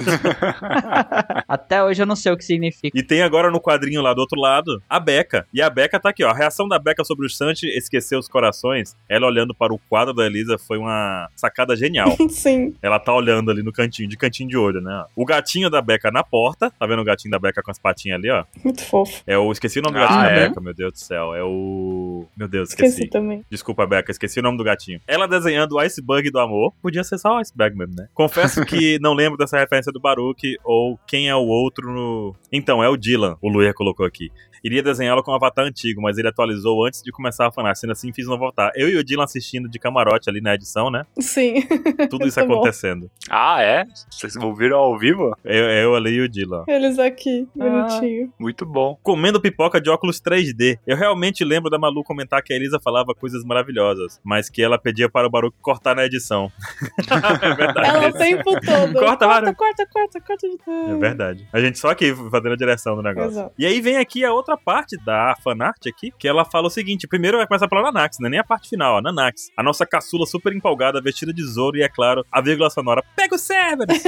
Até hoje eu não sei o que significa. E tem agora no quadrinho lá do outro lado a Beca. E a Beca tá aqui, ó. A reação da Beca sobre o Sanji esquecer os corações, ela olhando para o quadro da Elisa foi uma sacada genial. Sim. Ela tá olhando ali no cantinho, de cantinho de olho, né? O gatinho da Beca na porta. Tá vendo o gatinho da Beca com as patinhas ali, ó? Muito fofo. É o. Esqueci o nome do Ah, gatinho da é? Beca, meu Deus do céu. É o. Meu Deus, Esqueci esqueci. também. Desculpa, Beca, esqueci o nome do gatinho. Ela desenhando o Iceberg do Amor. Podia ser só o Iceberg mesmo, né? Confesso que não lembro dessa referência do Baruch ou quem é o outro no. Então, é o Dylan, o Luia colocou aqui. Iria desenhá-lo com um avatar antigo, mas ele atualizou antes de começar a fanar. Sendo assim, fiz não voltar. Eu e o Dylan assistindo de camarote ali na edição, né? Sim. Tudo isso Muito bom. acontecendo. Ah, é? Vocês ouviram ao vivo? Eu, eu ali e o Dylan. ó. Eles aqui, Ah. bonitinho. Muito bom. Comendo pipoca de óculos 3D. Eu realmente lembro da Malu comentar que a Elisa falava coisas maravilhosas, mas que ela pedia para o Baruco cortar na edição. é Ela verdade. o tempo todo. Corta, corta, Mara. corta, corta, corta. É verdade. A gente só aqui fazendo a direção do negócio. Exato. E aí vem aqui a outra parte da fanart aqui, que ela fala o seguinte: primeiro vai começar pela Nanax, né? Nem a parte final, ó. Nanax, a nossa caçula super empolgada, vestida de tesouro e, é claro, a vírgula sonora. Pega o Cerberus!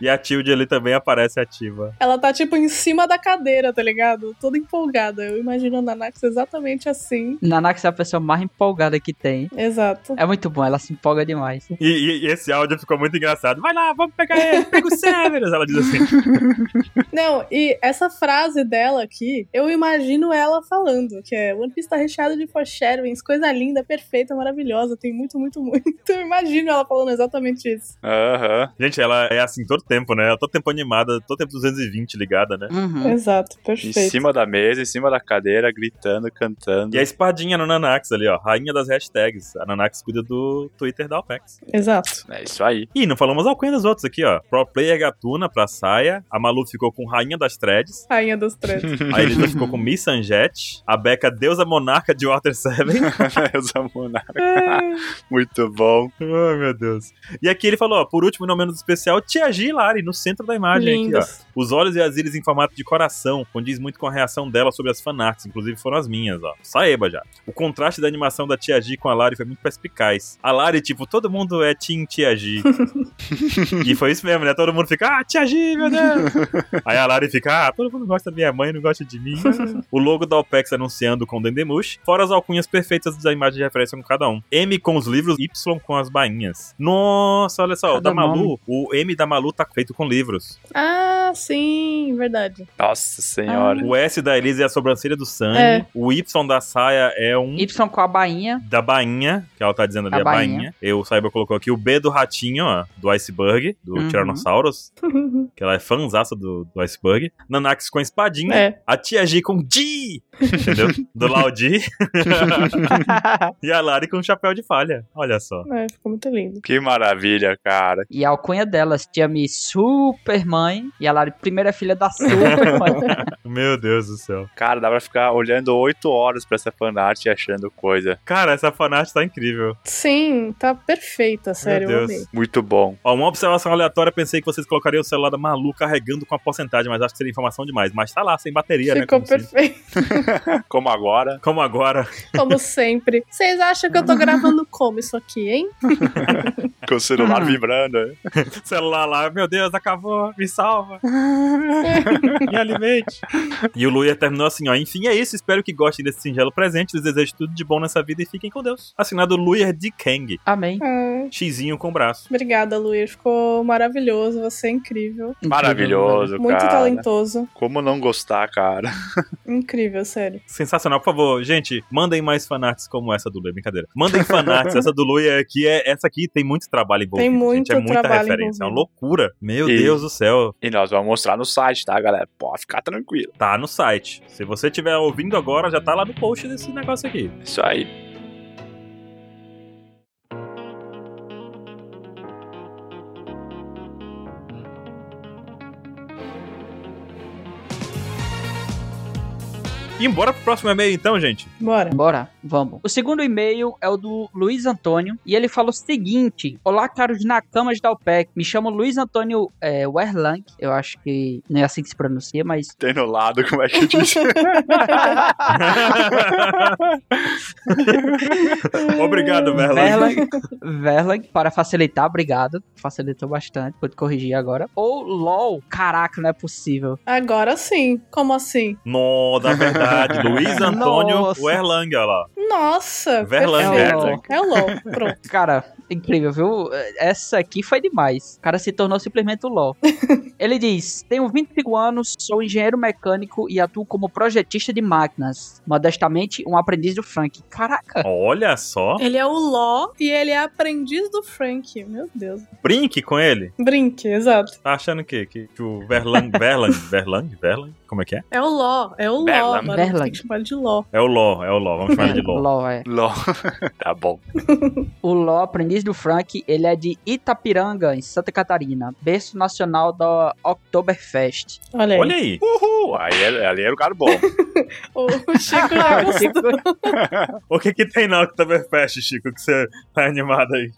e a Tilde ali também aparece ativa. Ela tá tipo em cima da cadeira, tá ligado? Toda empolgada. Eu imagino a Nanax exatamente assim. Nanax é a pessoa mais empolgada que tem. Exato. É muito bom, ela se empolga demais. E, e- e esse áudio ficou muito engraçado. Vai lá, vamos pegar ele, pega o Cerberus! Ela diz assim. Não, e essa frase dela aqui, eu imagino ela falando, que é One Piece tá recheado de foreshadowings, coisa linda, perfeita, maravilhosa, tem muito, muito, muito. Eu imagino ela falando exatamente isso. Aham. Gente, ela é assim todo tempo, né? Ela todo tempo animada, todo tempo 220 ligada, né? Uhum. Exato, Em perfeito. cima da mesa, em cima da cadeira, gritando, cantando. E a espadinha no Nanax ali, ó. Rainha das hashtags. A Nanax cuida do Twitter da Alpex. Exato. É isso aí. Ih, não falamos alcunha dos outros aqui, ó. Pro Player Gatuna pra saia. A Malu ficou com Rainha das Threads. Rainha dos três. A Elisa ficou com Miss Anjete. A Becca, Deusa Monarca de Water 7. Essa monarca. É. Muito bom. Ai, meu Deus. E aqui ele falou, ó, por último e não menos especial, Tia G e Lari, no centro da imagem aqui, ó. Lindos. Os olhos e as íris em formato de coração, condiz muito com a reação dela sobre as fanarts, inclusive foram as minhas, ó. Saeba já. O contraste da animação da Tia G com a Lari foi muito perspicaz. A Lari, tipo, todo mundo é Team Tia G. e foi isso mesmo, né? Todo mundo fica, ah, Tia G, meu Deus! Aí a Lari fica, ah, todo mundo gosta da minha mãe, não gosta de mim. o logo da OPEX anunciando com o Dendemush, fora as alcunhas perfeitas da imagem de referência com cada um. M com os livros, Y com as bainhas. Nossa, olha só, o Cada da Malu, o M da Malu tá feito com livros. Ah, sim, verdade. Nossa senhora. O S da Elisa é a sobrancelha do sangue. É. O Y da saia é um Y com a bainha. da bainha, que ela tá dizendo ali, A a, bainha. bainha. Eu, o Cyber colocou aqui o B do ratinho, ó, do iceberg, do Uhum. Tyrannosaurus, que ela é fanzaça do, do iceberg. Nanax com a espadinha. É. A tia G com G, entendeu? Do Laudi. e a Lari com chapéu de falha. Olha só. É, ficou muito lindo. Que maravilha, cara. e a alcunha delas, tia Mi Supermãe. E a Lari, primeira filha da Supermãe. Meu Deus do céu. Cara, dá pra ficar olhando 8 horas pra essa fanart e achando coisa. Cara, essa fanart tá incrível. Sim, tá perfeita, sério, eu Deus. amei. Muito bom. Ó, uma observação aleatória, pensei que vocês colocariam o celular da Malu carregando com a porcentagem, mas acho que seria informação demais. Mas tá lá, sem bateria, né? Ficou como sempre. perfeito, Como agora. Como agora. como sempre. Vocês acham que eu tô gravando como isso aqui, hein? Com o celular Uhum. vibrando. né? Celular lá, meu Deus, acabou, me salva. me alimente. E o Luia terminou assim, ó. Enfim, é isso. Espero que gostem desse singelo presente. Lhes desejo tudo de bom nessa vida e fiquem com Deus. Assinado Luia de Kang. Amém. Ah, Xizinho com braço. Obrigada, Luir. Ficou maravilhoso. Você é incrível. né? Maravilhoso, Muito cara. talentoso. Como não gostar, cara? Incrível, sério. Sensacional. Por favor, gente, mandem mais fanarts como essa do Luia. Brincadeira. Mandem fanarts. essa do Luia aqui, é, essa aqui tem muito trabalho envolvido. muito gente. É muita trabalho referência. É uma envolvido. loucura. Meu E- Deus do céu. E nós vamos mostrar no site, tá, galera? Pode ficar tranquilo. Tá no site. Se você estiver ouvindo agora, já tá lá no post desse negócio aqui. É Isso aí. E bora pro próximo e-mail então, gente. Bora. Bora, vamos. O segundo e-mail é o do Luiz Antônio e ele fala o seguinte: Olá, caros Nakamas da OPEC. Me chamo Luiz Antônio é, Werlang. Eu acho que não é assim que se pronuncia, mas. Tem no lado, como é que eu disse? Hum, Obrigado, Merlin. Verlang, Verlang, para facilitar, obrigado. Facilitou bastante, pode corrigir agora. Ou LOL, caraca, não é possível. Agora sim. Como assim? No, da verdade. Luiz Antônio Nossa. Werlang, olha lá. Nossa! Verlander. né? perfeito. É o LOL. Pronto. Cara, incrível, viu? Essa aqui foi demais. O cara se tornou simplesmente o LOL. Ele diz: Tenho 25 anos, sou engenheiro mecânico e atuo como projetista de máquinas. Modestamente, um aprendiz do Frank. Caraca! Olha só. Ele é o LOL e ele é aprendiz do Frank. Meu Deus. Brinque com ele. Brinque, exato. Tá achando o quê? Que, que o Verlang, Verlang, Verlang, Verlang? Como é que é? É o Ló, é o Ló, Berland. mano. Tem Berland. que chamar ele de Ló. É o Ló, é o Ló. Vamos chamar ele de Ló. Ló, é. Ló. tá bom. O Ló, aprendiz do Frank, ele é de Itapiranga, em Santa Catarina, berço nacional da Oktoberfest. Olha aí. Olha aí. Uhul! Aí, é- ali era o cara bom. O o Chico já gostou. O que que tem na Oktoberfest, Chico, que você tá animado aí?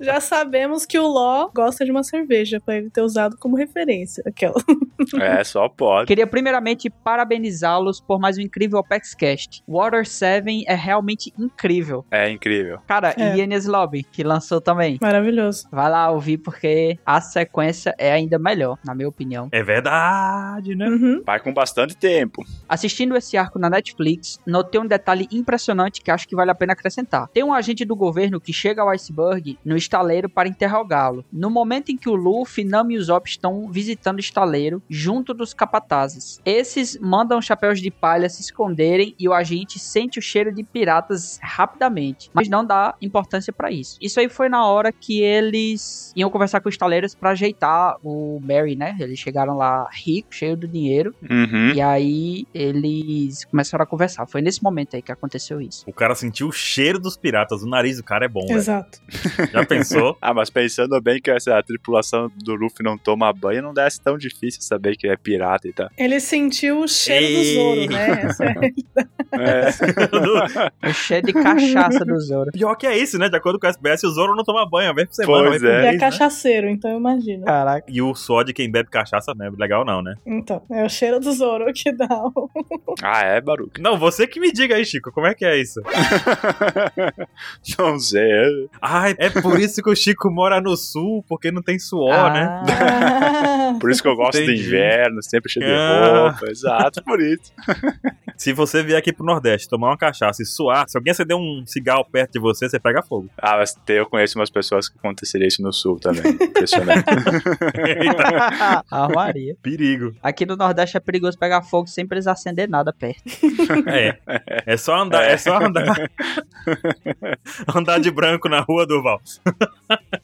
Já sabemos que o Ló gosta de uma cerveja, pra ele ter usado como referência. Aquela. é, só pode. Queria primeiramente parabenizá-los por mais um incrível ApexCast. Water 7 é realmente incrível. É incrível. Cara, É. e Enes Lobby, que lançou também. Maravilhoso. Vai lá ouvir porque a sequência é ainda melhor, na minha opinião. É verdade, né? Uhum. Vai com bastante tempo. Assistindo esse arco na Netflix, notei um detalhe impressionante que acho que vale a pena acrescentar. Tem um agente do governo que chega ao iceberg no estaleiro para interrogá-lo. No momento em que o Luffy, Nami e o Zop estão visitando o estaleiro, junto dos capatazes. Esses mandam chapéus de palha se esconderem e o agente sente o cheiro de piratas rapidamente, mas não dá importância pra isso. Isso aí foi na hora que eles iam conversar com os estaleiros pra ajeitar o Mary, né? Eles chegaram lá rico, cheio do dinheiro. Uhum. E aí eles começaram a conversar. Foi nesse momento aí que aconteceu isso. O cara sentiu o cheiro dos piratas. O nariz do cara é bom, velho. Exato. Já pensou? Ah, mas pensando bem que essa tripulação do Luffy não toma banho, não deve ser tão difícil saber que é pirata e tal. Ele sentiu o cheiro do Ei. Zoro, né? Essa é- É, O cheio de cachaça do Zoro. Pior que é isso, né? De acordo com a SBS, o Zoro não toma banho, uma vez por semana. uma pois vez por Ele é. é mês, né? cachaceiro, então eu imagino. Caraca. E o suor de quem bebe cachaça não é legal, não, né? Então, é o cheiro do Zoro que dá. o- Ah, é, Baruque? Não, você que me diga aí, Chico, como é que é isso? não sei. Ai, é por isso que o Chico mora no sul, porque não tem suor, né? Ah, Por isso que eu gosto do Entendi. inverno, sempre cheio de Ah. roupa. Exato, por isso. Se você vier aqui pro Nordeste tomar uma cachaça e suar, se alguém acender um cigarro perto de você, você pega fogo. Ah, mas tem- eu conheço umas pessoas que aconteceria isso no sul também. Impressionante. Eita, Ah, Maria. perigo. Aqui no Nordeste é perigoso pegar fogo sem precisar acender nada perto. É. É só andar, é só andar. andar de branco na rua, Durval.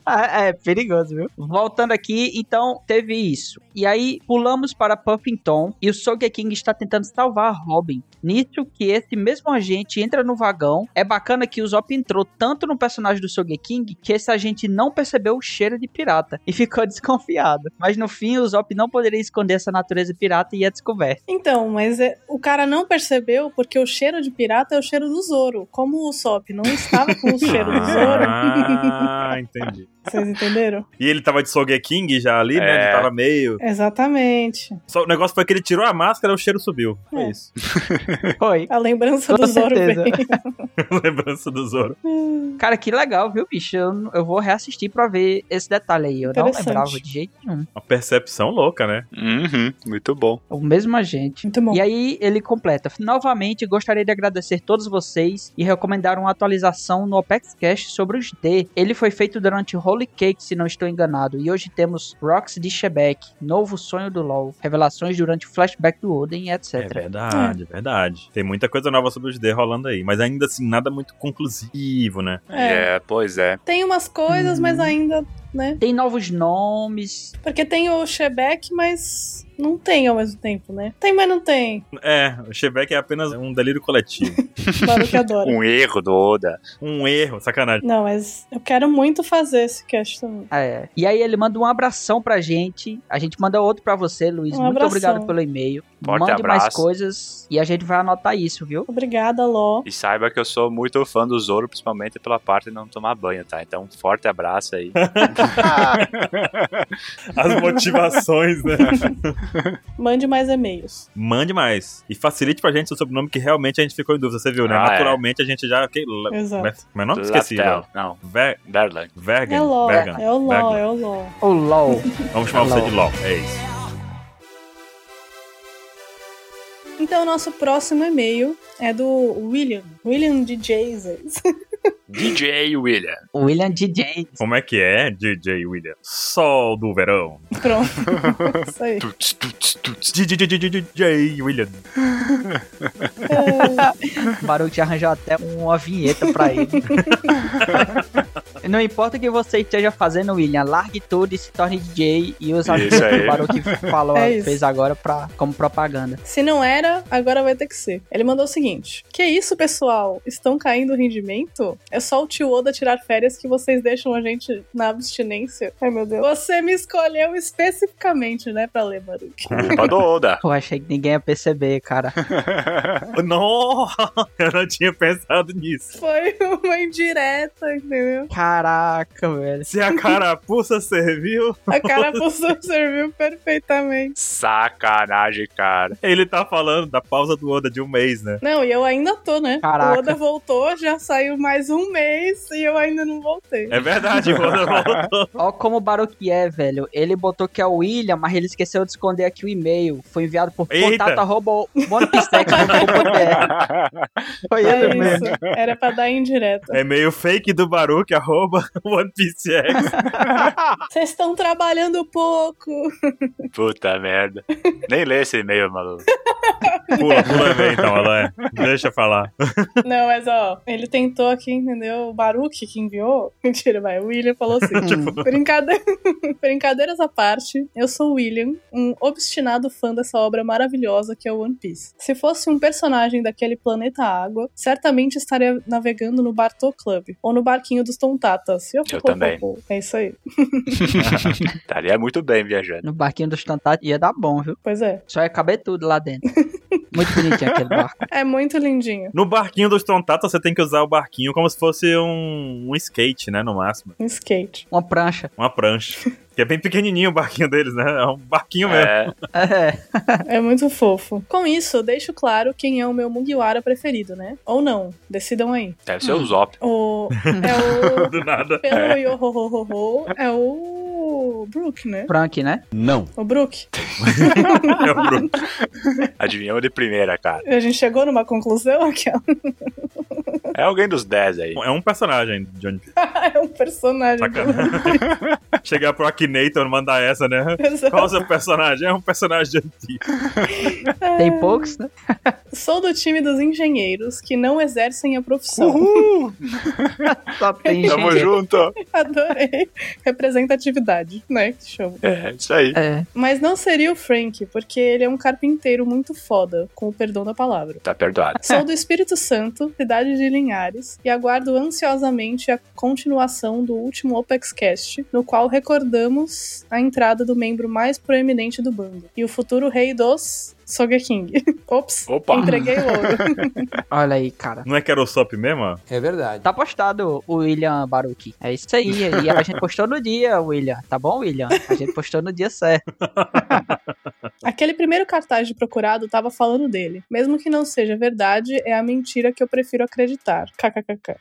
é, perigoso, viu? Voltando aqui, então teve isso. E aí pulamos para Puffington e o Sogeking está tentando salvar a Robin. Nisso que esse mesmo agente entra no vagão. É bacana que o Zop entrou tanto no personagem do Sogeking que esse agente não percebeu o cheiro de pirata e ficou desconfiado. Mas no fim, o Zop não poderia esconder essa natureza pirata e é descoberto. Então, mas é- o cara não percebeu porque o cheiro de pirata é o cheiro do Zoro. Como o Sop não estava com o cheiro do Zoro. Ah, entendi. Vocês entenderam? E ele tava de Sogeking já ali, né? É. Ele tava meio. Exatamente. Só, o negócio foi que ele tirou a máscara e o cheiro subiu. Foi É. isso. Foi. A lembrança Com do Zoro certeza. veio. Lembrança do Zoro. Cara, que legal, viu, bicho? Eu, eu vou reassistir pra ver esse detalhe aí. Eu não Interessante. lembrava de jeito nenhum. Uma percepção louca, né? Uhum, muito bom. O mesmo agente. Muito bom. E aí ele completa. Novamente, gostaria de agradecer todos vocês e recomendar uma atualização no OpexCast sobre os D. Ele foi feito durante Holy Cake, se não estou enganado, e hoje temos Rocks de Shebeck, Novo Sonho do LoL, revelações durante o flashback do Oden, É etc. verdade, é verdade. Tem muita coisa nova sobre os D rolando aí, mas ainda assim, nada muito conclusivo, né? É. É, pois é. Tem umas coisas, Hum. mas ainda, né? Tem novos nomes. Porque tem o Shebeck, mas não tem ao mesmo tempo, né? Tem, mas não tem. É, o Shebeck é apenas um delírio coletivo. Baruch adora. Um erro do Oda. um erro, sacanagem. Não, mas eu quero muito fazer esse cast também. É. E aí ele manda um abração pra gente. A gente manda outro pra você, Luiz. Um Muito abração. obrigado pelo e-mail. Forte Mande mais abraço. coisas e a gente vai anotar isso, viu? Obrigada, Ló. E saiba que eu sou muito fã do Zoro, principalmente pela parte de não tomar banho, tá? Então, um forte abraço aí. As motivações, né? Mande mais e-mails. Mande mais. E facilite pra gente seu sobrenome, que realmente a gente ficou em dúvida. Você viu, né? Ah, é. Naturalmente a gente já. Que... Exato. Mas não esqueci, Laftel. velho. Não, Ver... Berland. Vergan. É Ló, Vergan. é o Ló, Vergan. é o Ló. O LOL. Vamos chamar É você LOL. de LOL. É isso. Então, nosso próximo e-mail é do William. William de Jesus. DJ William. William DJ. Como é que é, DJ William? Sol do verão. Pronto. Isso aí. Tuts, tuts, tuts. DJ William. Baruch já arranjou até uma vinheta pra ele. Não importa o que você esteja fazendo, William, largue tudo e se torne DJ e use a Isso música aí. do Barão que falou, É isso. fez agora pra, como propaganda. Se não era, agora vai ter que ser. Ele mandou o seguinte: Que isso, pessoal? Estão caindo o rendimento? É só o tio Oda tirar férias que vocês deixam a gente na abstinência. Ai, meu Deus. Você me escolheu especificamente, né, pra ler, Baruch? Culpa do Oda. Pô, achei que ninguém ia perceber, cara. Nossa, eu não tinha pensado nisso. Foi uma indireta, entendeu? Caraca, velho. Se a carapuça serviu, A cara possui serviu perfeitamente. Sacanagem, cara. ele tá falando da pausa do Oda de um mês, né? Não, e eu ainda tô, né? Caraca. O Oda voltou, já saiu mais um mês e eu ainda não voltei. É verdade, o Oda voltou. Ó como o Baruch é, velho. Ele botou que é o William, mas ele esqueceu de esconder aqui o e-mail. Foi enviado por Eita. contato.monopistec.com.br Foi É ele mesmo. isso. Era pra dar indireta. É meio fake do Baruch, arroba One Piece X. Vocês estão trabalhando pouco. Puta merda. Nem lê esse e-mail, maluco. Pula, pula e vem então, Aloé. Deixa eu falar. Não, mas ó, ele tentou aqui, entendeu? O Baruque que enviou. Mentira, vai. O William falou assim: brincadeira... brincadeiras à parte, eu sou o William, um obstinado fã dessa obra maravilhosa que é o One Piece. Se fosse um personagem daquele planeta água, certamente estaria navegando no Bartô Club ou no barquinho dos Tontatas. Eu, Eu também. É isso aí. Estaria Tá é muito bem viajando. No barquinho dos Tantatos ia dar bom, viu? Pois é. Só ia caber tudo lá dentro. Muito bonitinho aquele barco. É muito lindinho. No barquinho dos Tontatas, você tem que usar o barquinho como se fosse um, um skate, né? No máximo. Um skate. Uma prancha. Uma prancha. Que é bem pequenininho o barquinho deles, né? É um barquinho mesmo. É, É. É muito fofo. Com isso, eu deixo claro quem é o meu Mugiwara preferido, né? Ou não. Decidam aí. deve ser o Zop. O, é Do nada. o. Pelo Yohohoho, é o. Brook, né? Frank, né? O Brook. É o Brook. Adivinhou de primeira, cara. A gente chegou numa conclusão que É alguém dos 10 aí. É um personagem de One Piece. é um personagem. Sacanagem. Chegar pro Akinator e mandar essa, né? Exato. Qual o seu personagem? É um personagem de One Piece. Tem poucos, né? Sou do time dos engenheiros que não exercem a profissão. Uhul! Só tem Tamo gente. junto! Adorei. Representatividade, né? Que show. É, isso aí. É. Mas não seria o Frank, porque ele é um carpinteiro muito foda, com o perdão da palavra. Tá perdoado. Sou do Espírito Santo, cidade de Linhares, e aguardo ansiosamente a continuação do último OpexCast, no qual recordamos a entrada do membro mais proeminente do bando, e o futuro rei dos Sogeking. Ops, Opa! entreguei o ouro. Olha aí, cara. Não é que era o Sop mesmo? ó? É verdade. Tá postado o William Baruki. É isso aí. E a gente postou no dia, William. Tá bom, William? A gente postou no dia certo. Aquele primeiro cartaz de procurado tava falando dele. Mesmo que não seja verdade, é a mentira que eu prefiro acreditar. KKKK.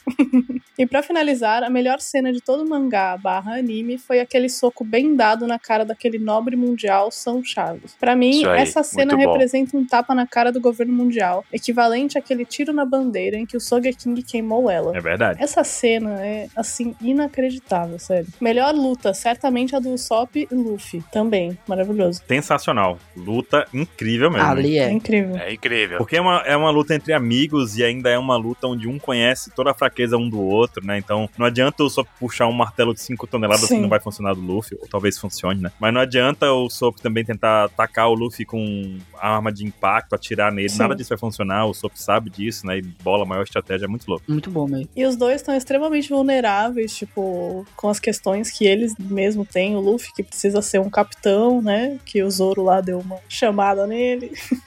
E pra finalizar, a melhor cena de todo o mangá barra anime foi aquele soco bem dado na cara daquele nobre mundial São Charles. Pra mim, Isso aí, essa cena muito bom. representa um tapa na cara do governo mundial, equivalente àquele tiro na bandeira em que o Sogeking queimou ela. É verdade. Essa cena é, assim, inacreditável, sério. Melhor luta, certamente a do Usopp e Luffy, também. Maravilhoso. Sensacional. Luta incrível mesmo. hein? Ali É é. incrível. É incrível. Porque é uma, é uma luta entre amigos e ainda é uma luta onde um conhece toda a fraqueza um do outro, né? Então não adianta o Sop puxar um martelo de 5 toneladas Sim. que não vai funcionar do Luffy, ou talvez funcione, né? Mas não adianta o Sop também tentar atacar o Luffy com arma de impacto, atirar nele, Sim. nada disso vai funcionar, o Sop sabe disso, né? E bola, a maior estratégia, é muito louco. Muito bom mesmo. E os dois estão extremamente vulneráveis, tipo, com as questões que eles mesmo têm. O Luffy, que precisa ser um capitão, né? Que o Zoro lá deu uma chamada nele.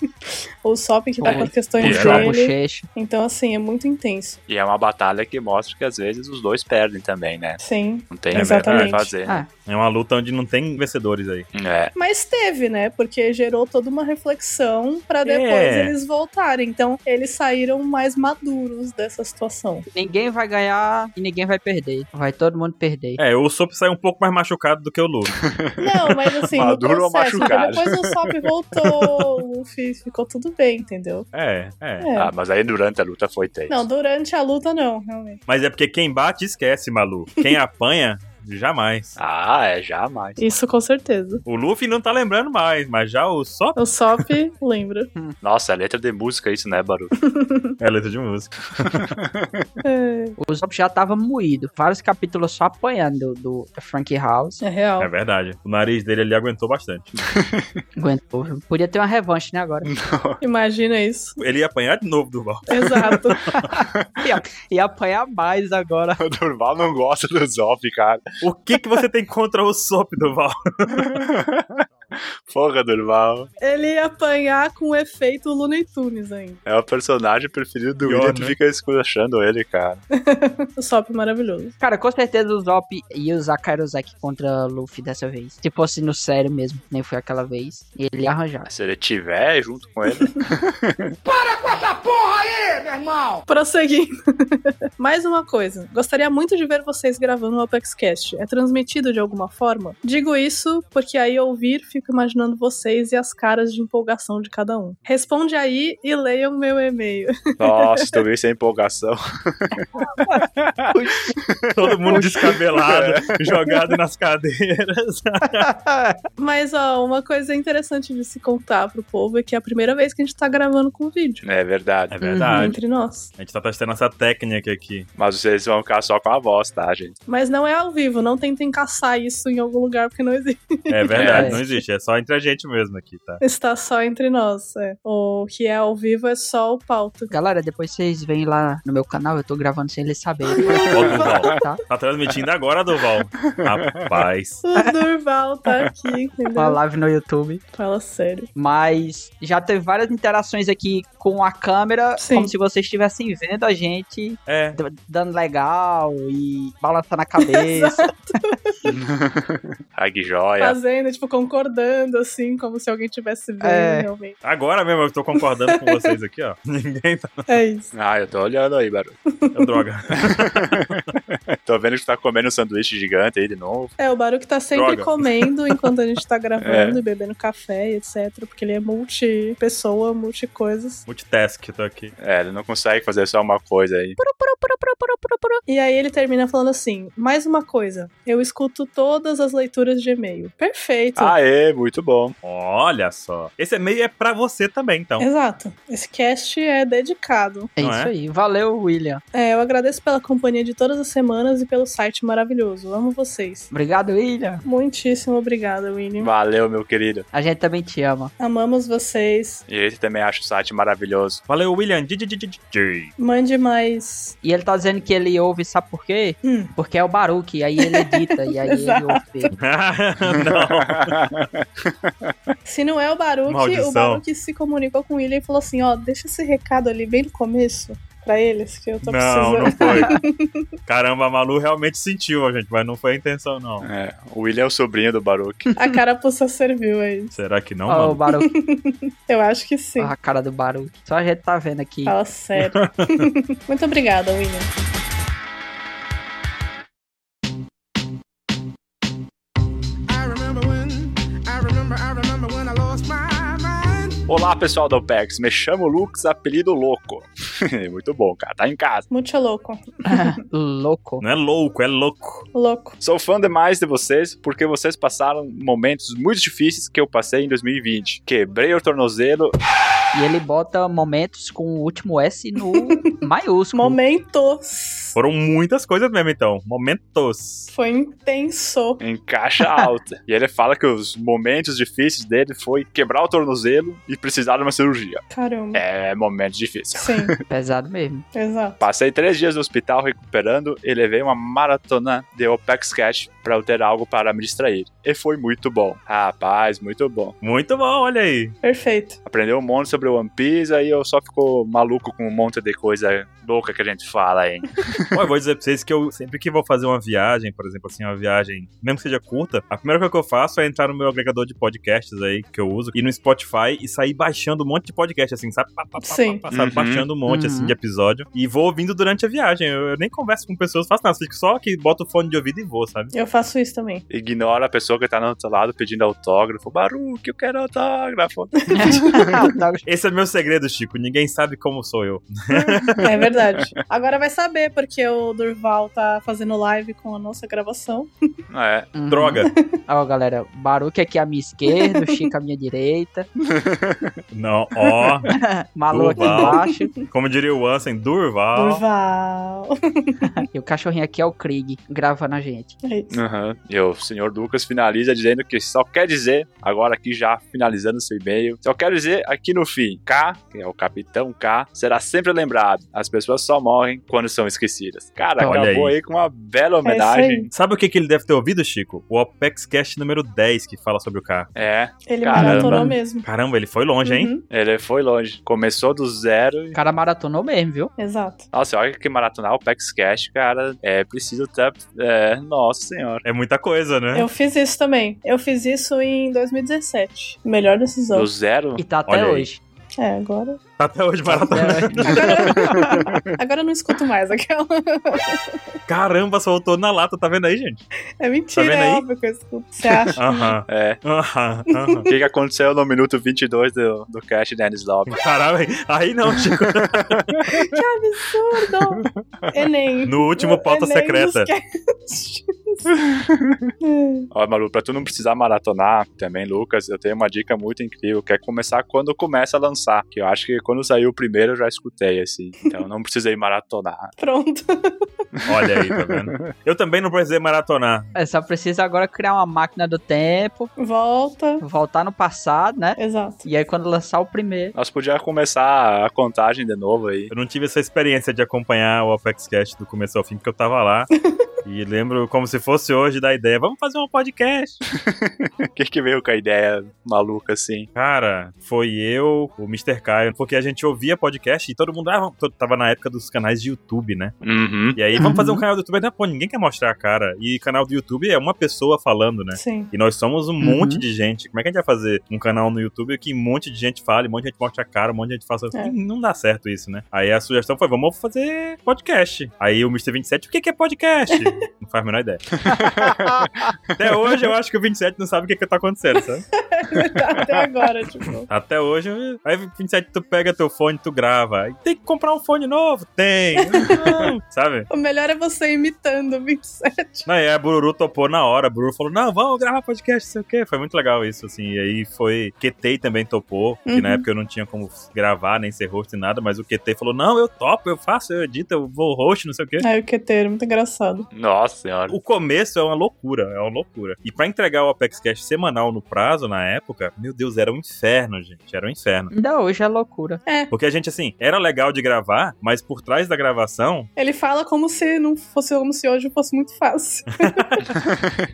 o Sop, que tá com as questões Puxou Puxou a Caralho. dele. bochecha. Então, assim, é muito intenso. E é uma batalha que mostra que às vezes os dois perdem também, né? Sim. Não tem É o que vai verdade. fazer. né? Ah, É uma luta onde não tem vencedores aí. É. Mas teve, né? Porque gerou toda uma reflexão pra depois É. eles voltarem. Então, eles saíram mais maduros dessa situação. ninguém vai ganhar e ninguém vai perder. Vai todo mundo perder. É, o Sop sai um pouco mais machucado do que o Luffy. Não, mas assim, no Maduro ou processo, porque machucado? depois o Sop voltou, o Luffy ficou tudo bem, entendeu? é, é. É. Ah, mas aí durante a luta foi tenso. Não, durante a luta não, realmente. Mas é porque quem bate esquece, Malu. Quem apanha Jamais. Ah, é, jamais. Isso com certeza. O Luffy não tá lembrando mais, mas já o só O Sop lembra. Nossa, é letra de música isso, né, Baru? é letra de música. É, O Zop já tava moído. Vários capítulos só apanhando do, do da Frankie House. é real. É verdade. O nariz dele ali aguentou bastante. Aguentou. Podia ter uma revanche, né, Hum. agora. Imagina isso. Ele ia apanhar de novo do Val. Exato. E apanhar mais agora. o Durval não gosta do Zop, cara. O que que você tem contra o Sop do Val? Porra, Durval. Ele ia apanhar com o efeito Looney Tunes ainda. É o personagem preferido do Pior, William, tu né? fica esculachando ele, cara. O Sop maravilhoso. Cara, com certeza o Zop ia usar Kairosek contra Luffy dessa vez. Se fosse no sério mesmo, nem foi aquela vez. Ele ia arranjar. Se ele tiver junto com ele, Prosseguindo. Mais uma coisa. Gostaria muito de ver vocês gravando o Apex Cast. É transmitido de alguma forma? Digo isso porque aí ao ouvir, fico imaginando vocês e as caras de empolgação de cada um. Responde aí e leiam meu e-mail. nossa, tu viu isso é empolgação. Todo mundo descabelado, jogado nas cadeiras. Mas, ó, uma coisa interessante de se contar pro povo é que é a primeira vez que a gente tá gravando com vídeo. É verdade. É verdade. Entre nós. A gente tá testando essa técnica aqui. Mas vocês vão ficar só com a voz, tá, gente? Mas não é ao vivo, não tentem caçar isso em algum lugar porque não existe. É verdade, É. não existe. É só entre a gente mesmo aqui, tá? Está só entre nós. É. O que é ao vivo é só o pauta. Uhum. Galera, depois vocês vêm lá no meu canal, eu tô gravando sem eles saberem. Ó, tá? Tá transmitindo agora, Duval. Rapaz. O Durval tá aqui, entendeu? Uma live no YouTube. Fala sério. Mas já teve várias interações aqui com a câmera, Sim. como se vocês estivessem vendo a gente É. d- dando legal e balançando a cabeça. Ai, que joia. Fazendo, tipo, concordando, assim, como se alguém tivesse vendo, É. realmente. Agora mesmo eu tô concordando com vocês aqui, ó. Ninguém tá. É isso. Ah, eu tô olhando aí, Baru. Droga. Tô vendo que tu tá comendo um sanduíche gigante aí de novo. É, o Baruque tá sempre Droga. É. comendo enquanto a gente tá gravando e bebendo café e etc. Porque ele é multi-pessoa, multi-coisas. Multitask, tô aqui. É, ele não consegue fazer só uma coisa aí. E aí ele termina falando assim: mais uma coisa, eu escuto todas as leituras de e-mail. Perfeito. Ah, Aê, muito bom. Olha só. Esse e-mail é pra você também, então. Exato. Esse cast é dedicado. É Não isso é? aí. Valeu, William. É, eu agradeço pela companhia de todas as semanas e pelo site maravilhoso. Amo vocês. Obrigado, William. Muitíssimo obrigada, William. Valeu, meu querido. A gente também te ama. Amamos vocês. E esse também acho o site maravilhoso. Valeu, William. DJ. Mande mais. E ele tá dizendo que ele ouve, sabe por quê? Hum. Porque é o Baruque, aí ele edita, e aí ele Exato. ouve. Não. Se não é o Baruque, Maldição. o Baruque se comunicou com o William e falou assim: ó, deixa esse recado ali bem no começo pra eles, que eu tô Não, precisando. não foi. Caramba, a Malu realmente sentiu, gente, mas não foi a intenção, não. É, o William é o sobrinho do Baruque. A carapuça serviu aí. Será que Ah, não, Ó, o Malu? Baruque, Eu acho que sim. ó, a cara do Baruque. Só a gente tá vendo aqui. Fala sério. Muito obrigada, William. Olá, pessoal do OPEX. Me chamo Lux, apelido louco. muito bom, cara. Tá em casa. Muito louco. Louco. Não é louco, é louco. Louco. Sou fã demais de vocês porque vocês passaram momentos muito difíceis que eu passei em 2020. Quebrei o tornozelo. E ele bota momentos com o último S no maiúsculo. Momentos. Foram muitas coisas mesmo, então. Momentos. Foi intenso. Em caixa alta. e ele fala que os momentos difíceis dele foi quebrar o tornozelo e precisar de uma cirurgia. Caramba. É momento difícil. Sim, Pesado mesmo. exato. Passei três dias no hospital recuperando e levei uma maratona de Opex Cash pra eu ter algo para me distrair. E foi muito bom. Rapaz, muito bom. Muito bom, olha aí. Perfeito. Aprendeu um monte sobre One Piece, aí eu só fico maluco com um monte de coisa louca que a gente fala, hein? Bom, eu vou dizer pra vocês que eu sempre que vou fazer uma viagem, por exemplo, assim, uma viagem, mesmo que seja curta, a primeira coisa que eu faço é entrar no meu agregador de podcasts aí que eu uso, e no Spotify e sair baixando um monte de podcast, assim, sabe? Pá, pá, pá, Sim. pá, pá, sabe? Uhum. Baixando um monte, Uhum. assim, de episódio. E vou ouvindo durante a viagem. Eu, eu nem converso com pessoas, faço nada. Fico só que boto o fone de ouvido e vou, sabe? Eu faço isso também. Ignora a pessoa que tá no outro lado pedindo autógrafo. Baruque, eu quero autógrafo. Esse é meu segredo, Chico. Ninguém sabe como sou eu. É verdade. Agora vai saber, porque o Durval tá fazendo live com a nossa gravação. É. Uhum. Droga. Ó, galera, Baruque aqui à minha esquerda, o Chico à minha direita, Não, ó. Malu aqui Durval. embaixo, Como diria o Ansem, Durval. Durval. e o cachorrinho aqui é o Krieg, gravando a gente. É isso. Uhum. E o senhor Lucas finaliza dizendo que só quer dizer, agora aqui já finalizando seu e-mail, só quero dizer aqui no fim, K, que é o Capitão K, será sempre lembrado. As pessoas só morrem quando são esquecidas. Cara, Olha acabou aí. aí. com uma É isso bela homenagem. aí. Sabe o que, que ele deve ter ouvido, Chico? O Apex Cast número 10 que fala sobre o carro. É, Ele Caramba. maratonou mesmo. Caramba, ele foi longe, hein? Uhum, ele foi longe. Começou do zero. O e- cara maratonou mesmo, viu? Exato. Nossa, olha que maratonar o Pax Cash, cara. É preciso ter. É, nossa senhora. É muita coisa, né? Eu fiz isso também. Eu fiz isso em 2017. Melhor decisão. Do zero? E tá até Olha aí. hoje. É, agora. Tá Até hoje maratona. Até hoje. Agora, agora eu não escuto mais aquela. Caramba, soltou na lata, tá vendo aí, gente? É mentira, Tá vendo é aí? óbvio que eu escuto. Você acha? Aham. É. Aham. aham. O que, que aconteceu no minuto 22 do, do Cash Dennis Lobby? Caramba, aí não, Chico. que absurdo! Enem. No último pauta Enem é secreta. dos cast. Ó, Malu, pra tu não precisar maratonar também, Lucas, eu tenho uma dica muito incrível, que é começar quando começa a lançar. Que eu acho que quando saiu o primeiro eu já escutei, assim. Então não precisei maratonar. Pronto. Olha aí, tá vendo? Eu também não precisei maratonar. É, só precisa agora criar uma máquina do tempo, Volta. voltar no passado, né? Exato. E aí quando lançar o primeiro. Nós podíamos começar a contagem de novo aí. Eu não tive essa experiência de acompanhar o Apex Cast do começo ao fim, porque eu tava lá. E lembro como se fosse hoje da ideia, vamos fazer um podcast. Quem que veio com a ideia maluca, assim? Cara, foi eu, o Mr. Caio, porque a gente ouvia podcast e todo mundo, ah, vamos- tava na época dos canais de YouTube, né? Uhum. E aí, vamos fazer um canal do YouTube. Não, pô, ninguém quer mostrar a cara. E canal do YouTube é uma pessoa falando, né? Sim. E nós somos um monte de gente. Como é que a gente vai fazer um canal no YouTube que um monte de gente fale, um monte de gente mostra a cara, um monte de gente faça. É. Não dá certo isso, né? Aí a sugestão foi: vamos fazer podcast. Aí o Mr. 27, o que que é podcast? não faz a menor ideia. Até hoje eu acho que o 27 não sabe o que, que tá acontecendo, sabe? Até agora, tipo. Até hoje. Aí 27, tu pega teu fone, tu grava. Aí, Tem que comprar um fone novo? Tem. Não, sabe? O melhor é você imitando o 27. Não, e a Bururu topou na hora. A Bururu falou: não, vamos gravar podcast, não sei o quê. Foi muito legal isso, assim. E aí foi. QT também topou, que na Uhum. época eu não tinha como gravar, nem ser host, nem nada, mas o QT falou: não, eu topo, eu faço, eu edito, eu vou host, não sei o quê. Ai, É, o QT, muito engraçado. Nossa senhora. O começo é uma loucura, é uma loucura. E pra entregar o Apex Cash semanal no prazo, na época, meu Deus, era um inferno, gente. Era um inferno. Ainda hoje é loucura. Porque a gente, assim, era legal de gravar, mas por trás da gravação, Ele fala como se não fosse como se hoje fosse muito fácil.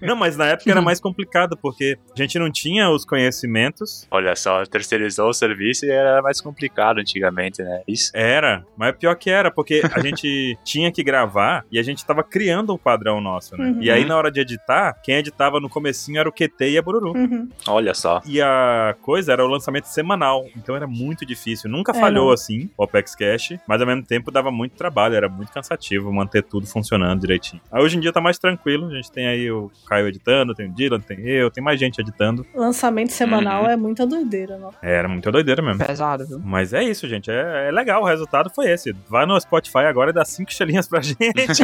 não, mas na época era Uhum. mais complicado, porque a gente não tinha os conhecimentos Olha só, terceirizou o serviço e era mais complicado antigamente, né? Isso. Era, mas pior que era, porque a gente tinha que gravar e a gente tava criando um padrão nosso, né? Uhum. E aí, na hora de editar, quem editava no comecinho era o QT e a Bururu. Uhum. Olha só. E a coisa era o lançamento semanal, então era muito difícil. Nunca É, falhou não. assim o Apex Cash, mas ao mesmo tempo dava muito trabalho, era muito cansativo manter tudo funcionando direitinho. Aí hoje em dia tá mais tranquilo, a gente tem aí o Caio editando, tem o Dylan, tem eu, tem mais gente editando. Lançamento semanal Uhum. é muita doideira, não. É, era muito doideira mesmo. Pesado, viu? Mas é isso, gente. É, é legal. O resultado foi esse. Vai no Spotify agora e dá cinco estrelinhas pra gente.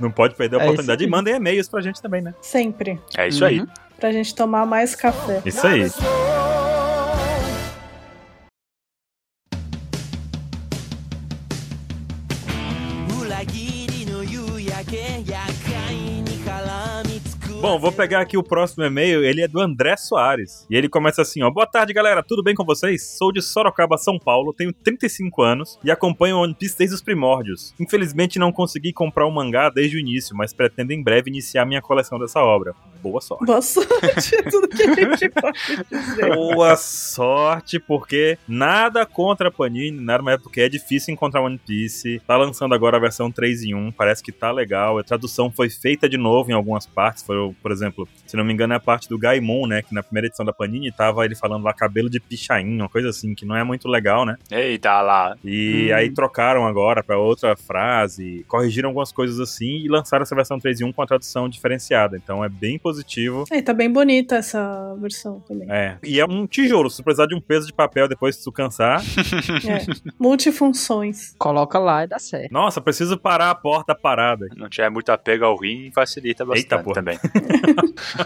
Não pode perder a É oportunidade. isso E aí. mandem e-mails pra gente também, né? Sempre. É isso aí. Uhum. Pra gente tomar mais café. Isso aí. Bom, vou pegar aqui o próximo e-mail. Ele é do André Soares. E ele começa assim, ó. Boa tarde, galera. Tudo bem com vocês? Sou de Sorocaba, São Paulo. Tenho 35 anos e acompanho One Piece desde os primórdios. Infelizmente, não consegui comprar o mangá desde o início, mas pretendo em breve iniciar minha coleção dessa obra. boa sorte. Boa sorte, é tudo que a gente pode dizer. Boa sorte, porque nada contra a Panini, nada mais, porque é difícil encontrar One Piece. Tá lançando agora a versão 3 em 1, parece que tá legal. A tradução foi feita de novo em algumas partes. Foi, o- por exemplo, se não me engano, é a parte do Gaimon, né? Que na primeira edição da Panini tava ele falando lá cabelo de pichain, uma coisa assim, que não é muito legal, né? Eita lá. E Hum. aí trocaram agora pra outra frase, corrigiram algumas coisas assim e lançaram essa versão 3 em 1 com a tradução diferenciada. Então é bem positivo. É, tá bem bonita essa versão também. É. E é um tijolo. Se tu precisar de um peso de papel depois que tu cansar. É. Multifunções. Coloca lá e dá certo. Nossa, preciso parar a porta parada. Não tiver muito apego ao rim, facilita bastante Eita, porra. também.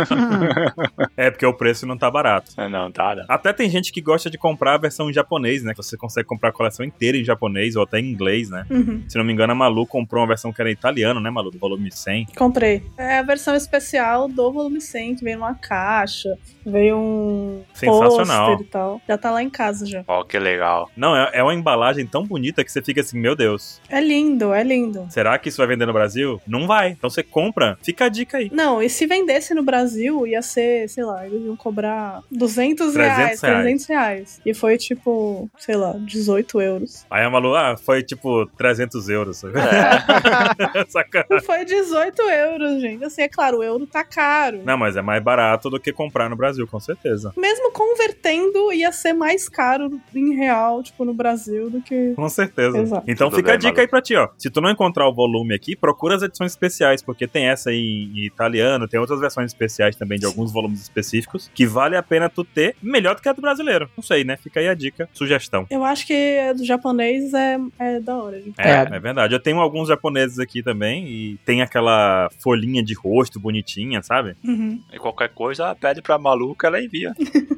É, porque o preço não tá barato. Não, tá, não. Até tem gente que gosta de comprar a versão em japonês, né? Que você consegue comprar a coleção inteira em japonês ou até em inglês, né? Uhum. Se não me engano, a Malu comprou uma versão que era italiana, né, Malu? Do volume 100. Comprei. É a versão especial do volume 100, que veio numa caixa, veio um Sensacional. pôster e tal. Já tá lá em casa já. Ó, que legal. Não, é, é uma embalagem tão bonita que você fica assim, meu Deus, É lindo, é lindo. será que isso vai vender no Brasil? Não vai. Então você compra, fica a dica aí. Não, e se vendesse no Brasil, ia ser, sei lá, eles iam cobrar 200 reais, 300 reais. 300 reais. E foi tipo, sei lá, 18 euros. Aí a Malu, ah, foi tipo 300 euros. sabe? Sacanagem. Não foi 18 euros, gente. Assim, é claro, o euro tá caro. Não, mas é mais barato do que comprar no Brasil, com certeza. Mesmo convertendo, ia ser mais caro em real, tipo, no Brasil do que. Com certeza. Exato. Então Tudo fica a bem, dica Malu. aí pra ti, ó. Se tu não encontrar o volume aqui, procura as edições especiais, porque tem essa aí em italiano, tem outras versões especiais também de alguns volumes específicos, que vale a pena tu ter melhor do que a do brasileiro. Não sei, né? Fica aí a dica, sugestão. Eu acho que a do japonês é, é da hora, gente. É, É. é verdade. Eu tenho alguns japoneses aqui também e tem aquela folhinha de rosto bonitinha, sabe? Uhum. E qualquer coisa, pede pra maluca, ela envia.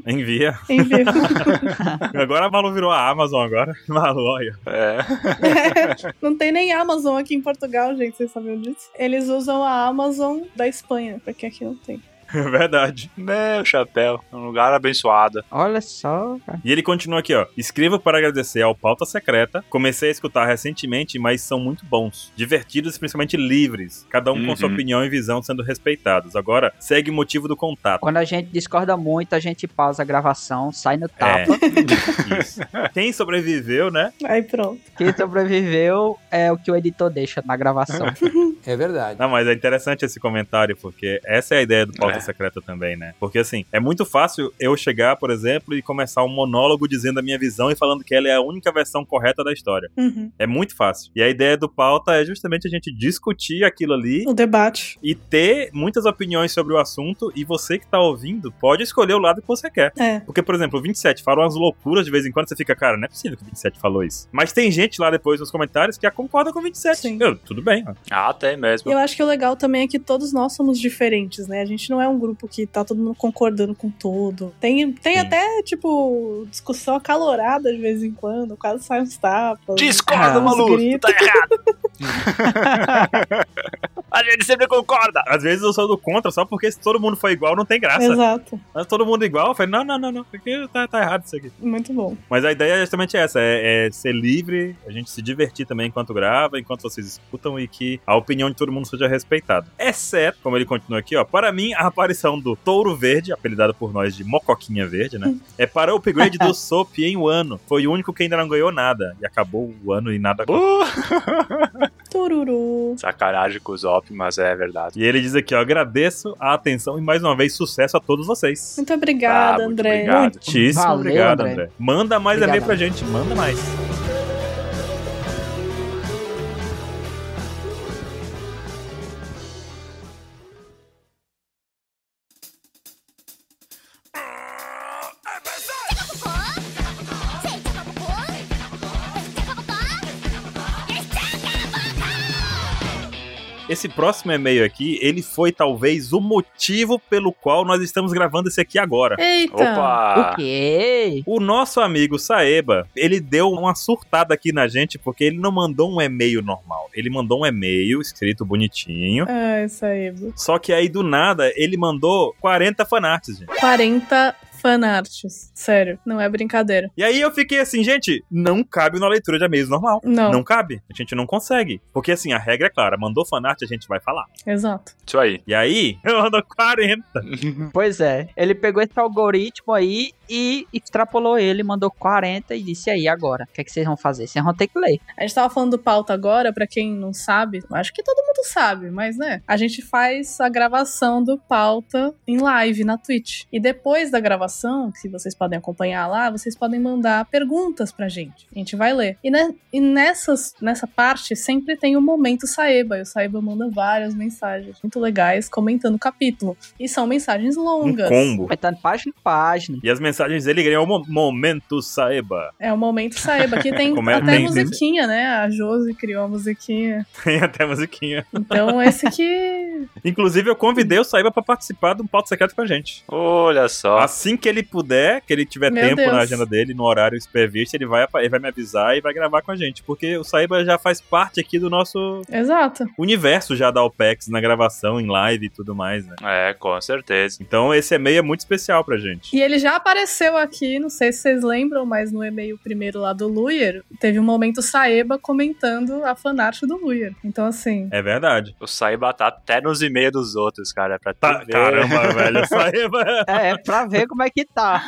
Envia. Em vivo. Agora a Malu virou a Amazon agora. Malu, olha. É. É. Não tem nem Amazon aqui em Portugal, gente, vocês sabiam disso? Eles usam a Amazon da Espanha, porque aqui não tem. É verdade. Meu chapéu. Um lugar abençoado. Olha só, cara. E ele continua aqui, ó. Escrevo para agradecer ao Pauta Secreta. Comecei a escutar recentemente, mas são muito bons. Divertidos e principalmente livres. Cada um Uhum. com sua opinião e visão sendo respeitados. Agora, segue o motivo do contato. Quando a gente discorda muito, a gente pausa a gravação, sai no É. tapa. Isso. Quem sobreviveu, né? Aí pronto. Quem sobreviveu é o que o editor deixa na gravação. É verdade. Não, mas é interessante esse comentário, porque essa é a ideia do Pauta É. Secreta também, né? Porque assim, é muito fácil eu chegar, por exemplo, e começar um monólogo dizendo a minha visão e falando que ela é a única versão correta da história. Uhum. É muito fácil. E a ideia do Pauta é justamente a gente discutir aquilo ali O debate. e ter muitas opiniões sobre o assunto e você que tá ouvindo pode escolher o lado que você quer. É. Porque, por exemplo, o 27 fala umas loucuras de vez em quando, você fica, cara, não é possível que o 27 falou isso. Mas tem gente lá depois nos comentários que a concorda com o 27. Sim. Eu, tudo bem. ó. Ah, tem mesmo. Eu acho que o legal também é que todos nós somos diferentes, né? A gente não é um grupo que tá todo mundo concordando com tudo. Tem, tem Sim. até, tipo, discussão acalorada de vez em quando, quase sai uns tapas. Discorda, Ah, maluco. Tu grito. tá errado. a gente sempre concorda. Às vezes eu sou do contra só porque se todo mundo for igual, não tem graça. Exato. Mas todo mundo igual, eu falei, não, não, não, não, porque tá, tá errado isso aqui. Muito bom. Mas a ideia é justamente essa, é, é ser livre, a gente se divertir também enquanto grava, enquanto vocês escutam e que a opinião de todo mundo seja respeitada. Exceto, como ele continua aqui, ó, para mim a aparição do Touro Verde, apelidado por nós de Mocoquinha Verde, né, é para o upgrade do SOP em um ano. Foi o único que ainda não ganhou nada. E acabou o ano e nada... Uh, Tururu. sacanagem com os op, mas é verdade. E ele diz aqui, ó, agradeço a atenção e mais uma vez sucesso a todos vocês. Muito obrigada, Ah, muito André. obrigado. Muitíssimo Valeu, obrigado, André. André. Manda mais Obrigado, e-mail pra gente, manda mais. Esse próximo e-mail aqui, ele foi talvez o motivo pelo qual nós estamos gravando esse aqui agora. Eita! Opa! O quê? O nosso amigo Saeba, ele deu uma surtada aqui na gente porque ele não mandou um e-mail normal. Ele mandou um e-mail escrito bonitinho. Ah, isso aí. Só que aí do nada ele mandou 40 fanarts, gente. 40 fanarts. Sério, não é brincadeira. E aí eu fiquei assim, gente, não cabe na leitura de e-mails normal. Não, Não cabe. A gente não consegue. Porque assim, a regra é clara. Mandou fanart, a gente vai falar. exato. Isso aí. E aí, eu ando 40. Pois é, ele pegou esse algoritmo aí e extrapolou ele, mandou 40 e disse "E aí agora, o que, é que vocês vão fazer? Vocês vão ter que ler. A gente tava falando do pauta agora, pra quem não sabe, acho que todo mundo sabe, mas né? A gente faz a gravação do pauta em live na Twitch. E depois da gravação, que vocês podem acompanhar lá, vocês podem mandar perguntas pra gente. A gente vai ler. E, ne- e nessas, nessa parte sempre tem o momento Saeba. E o Saeba manda várias mensagens muito legais comentando o capítulo. E são mensagens Um longas. combo. Comentando página em página. E as mensagens dele ganham o mo- momento saiba. É o momento Saeba, que tem Como é- tem- até tem- musiquinha, né? A Josi criou a musiquinha. Tem até musiquinha. Então esse que Inclusive, eu convidei o Saiba pra participar de um pauta secreto com a gente. Olha só. Assim que ele puder, que ele tiver Meu tempo Deus. na agenda dele, no horário previsto, ele vai, apa- ele vai me avisar e vai gravar com a gente. Porque o Saiba já faz parte aqui do nosso Exato. universo já da OPEX, na gravação, em live e tudo mais, né? É, com certeza. Então esse e-mail é muito especial pra gente. E ele já apareceu aqui, não sei se vocês lembram, mas no e-mail primeiro lá do Luyer, teve um momento Saeba comentando a fanart do Luyer. Então, assim, É verdade. O Saiba tá até nos e-mails dos outros, cara. Pra tu Tá- ver. caramba, velho. Saiba. É, pra ver como é que tá.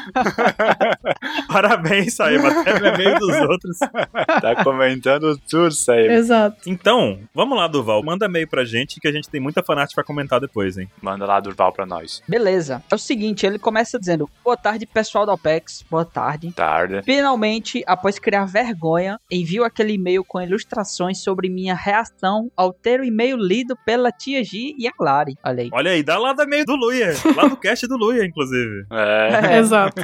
Parabéns, Saiba. Até no e-mail dos outros. Tá comentando tudo, Saiba. exato. Então, vamos lá, Duval. Manda e-mail pra gente que a gente tem muita fanart pra comentar depois, hein? Manda lá Durval pra nós. Beleza. É o seguinte, ele começa dizendo, boa tarde pessoal da OPEX, boa tarde. Tarde. Finalmente, após criar vergonha, envio aquele e-mail com ilustrações sobre minha reação ao ter o e-mail lido pela tia G e a Lari. Olha aí. Olha aí, dá lá do e-mail do Luia. Lá do cast do Luia, inclusive. É. Exato.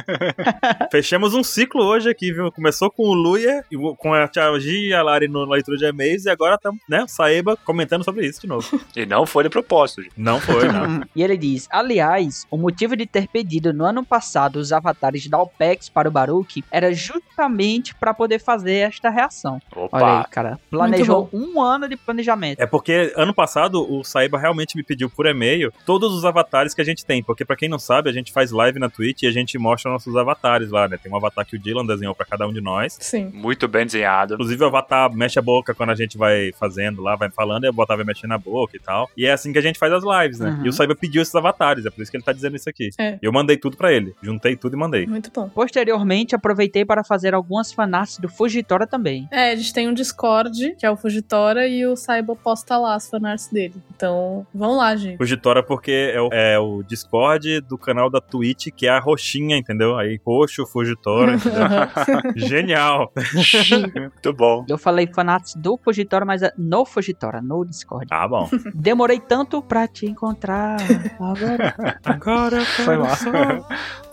Fechamos um ciclo hoje aqui, viu? Começou com o Luia, e o- com a Tia G e a Lari no leitura de e-mails, e agora estamos, né, o Saeba comentando sobre isso de novo. E não foi de propósito, gente. Não foi, né? não. E ele diz: Aliás, o motivo de ter pedido no ano passado os avatares da OPEX para o Baruque era justamente para poder fazer esta reação. Olha aí, Opa. cara. Planejou um ano de planejamento. É porque ano passado o Saiba realmente me pediu por e-mail todos os avatares que a gente tem. Porque pra quem não sabe, a gente faz live na Twitch e a gente mostra nossos avatares lá, né? Tem um avatar que o Dylan desenhou pra cada um de nós. Sim. Muito bem desenhado. Inclusive o avatar mexe a boca quando a gente vai fazendo lá, vai falando e o avatar vai mexendo a boca e tal. E é assim que a gente faz as lives, né? Uhum. E o Saiba pediu esses avatares, é por isso que ele tá dizendo isso aqui. É. Uhum. Eu mandei tudo pra ele, juntei tudo e mandei. Muito bom. Posteriormente, aproveitei para fazer algumas fanarts do Fugitora também. É, a gente tem um Discord, que é o Fugitora, e o Saiba posta lá as fanarts dele. Então, vão lá, gente. O Gitora porque é o, é o Discord do canal da Twitch, que é a roxinha, entendeu? Aí, roxo, Fugitora, entendeu? Genial! Muito bom. Eu falei fanarts do Fugitora, mas é no Fugitora, no Discord. Tá bom. Demorei tanto pra te encontrar. Agora. Agora Foi lá.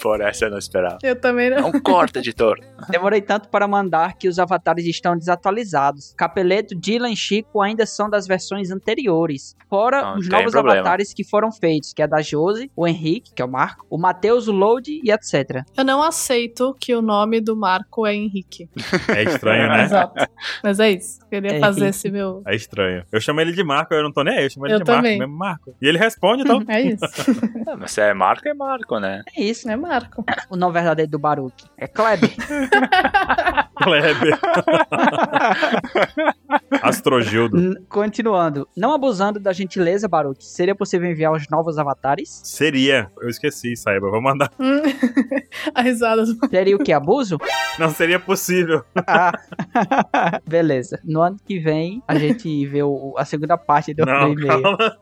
Por essa eu não esperava. Eu também não. Não corta, editor. Demorei tanto para mandar que os avatares estão desatualizados. Capeleto, Dylan e Chico ainda são das versões anteriores. Fora Não os tem novos problema. avatares que foram feitos, que é da Josi, o Henrique, que é o Marco, o Matheus, o Load e etc. Eu não aceito que o nome do Marco é Henrique. É estranho, né? Exato. Mas é isso. Queria É fazer Henrique. esse meu. É estranho. Eu chamo ele de Marco, eu não tô nem aí, eu chamo ele Eu de também. Marco, mesmo Marco. E ele responde, então. É isso. Ah, Mas se é Marco, é Marco, né? É isso, né? É Marco. O nome verdadeiro do Baruque. É Kleber. Kleber. Astrogildo. N- Continuando. Não abusando da gentileza, Baruque, seria possível enviar os novos avatares? Seria. Eu esqueci, saiba. Vou mandar. Hum. a risada do. Seria o que? Abuso? Não seria possível. Ah. Beleza. No ano que vem, a gente vê o- a segunda parte do, do Não, e-mail. calma.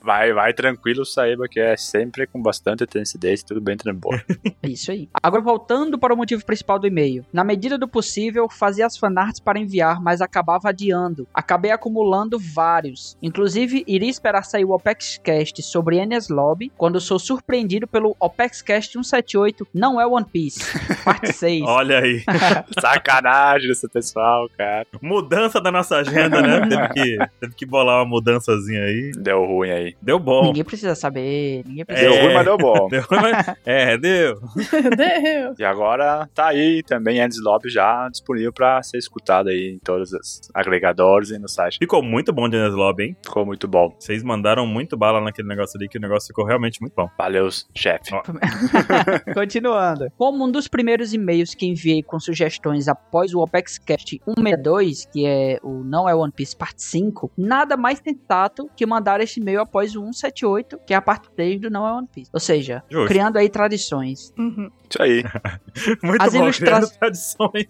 Vai, vai tranquilo, Saiba, que é sempre com bastante intensidade, tudo bem tranquilo. É Isso aí. Agora voltando para o motivo principal do e-mail. Na medida do possível, fazia as fanarts para enviar, mas acabava adiando. Acabei acumulando vários. Inclusive, iria esperar sair o OpexCast sobre Enies Lobby, quando sou surpreendido pelo OpexCast 178 Não é One Piece, parte 6. Olha aí. Sacanagem desse pessoal, cara. Mudança da nossa agenda, né? Teve que, teve que bolar uma mudançazinha aí. Deu ruim aí. Deu bom. Ninguém precisa saber, ninguém precisa Deu É. ruim, mas deu bom. Deu, mas... né? É, deu. Deu. E agora tá aí também Andes Lobby já tá disponível pra ser escutado aí em todos os agregadores e no site. Ficou muito bom o Jonas Lobby, hein? Ficou muito bom. Vocês mandaram muito bala naquele negócio ali, que o negócio ficou realmente muito bom. Valeu, chefe. Continuando. Como um dos primeiros e-mails que enviei com sugestões após o OpexCast 162, que é o Não é One Piece Parte 5, nada mais tentato que mandar este e-mail após o 178, que é a parte 3 do Não é One Piece. Ou seja, Justo. criando aí tradições. Uhum. Isso aí. Muito As bom, ilustra- Hum. criando tradições.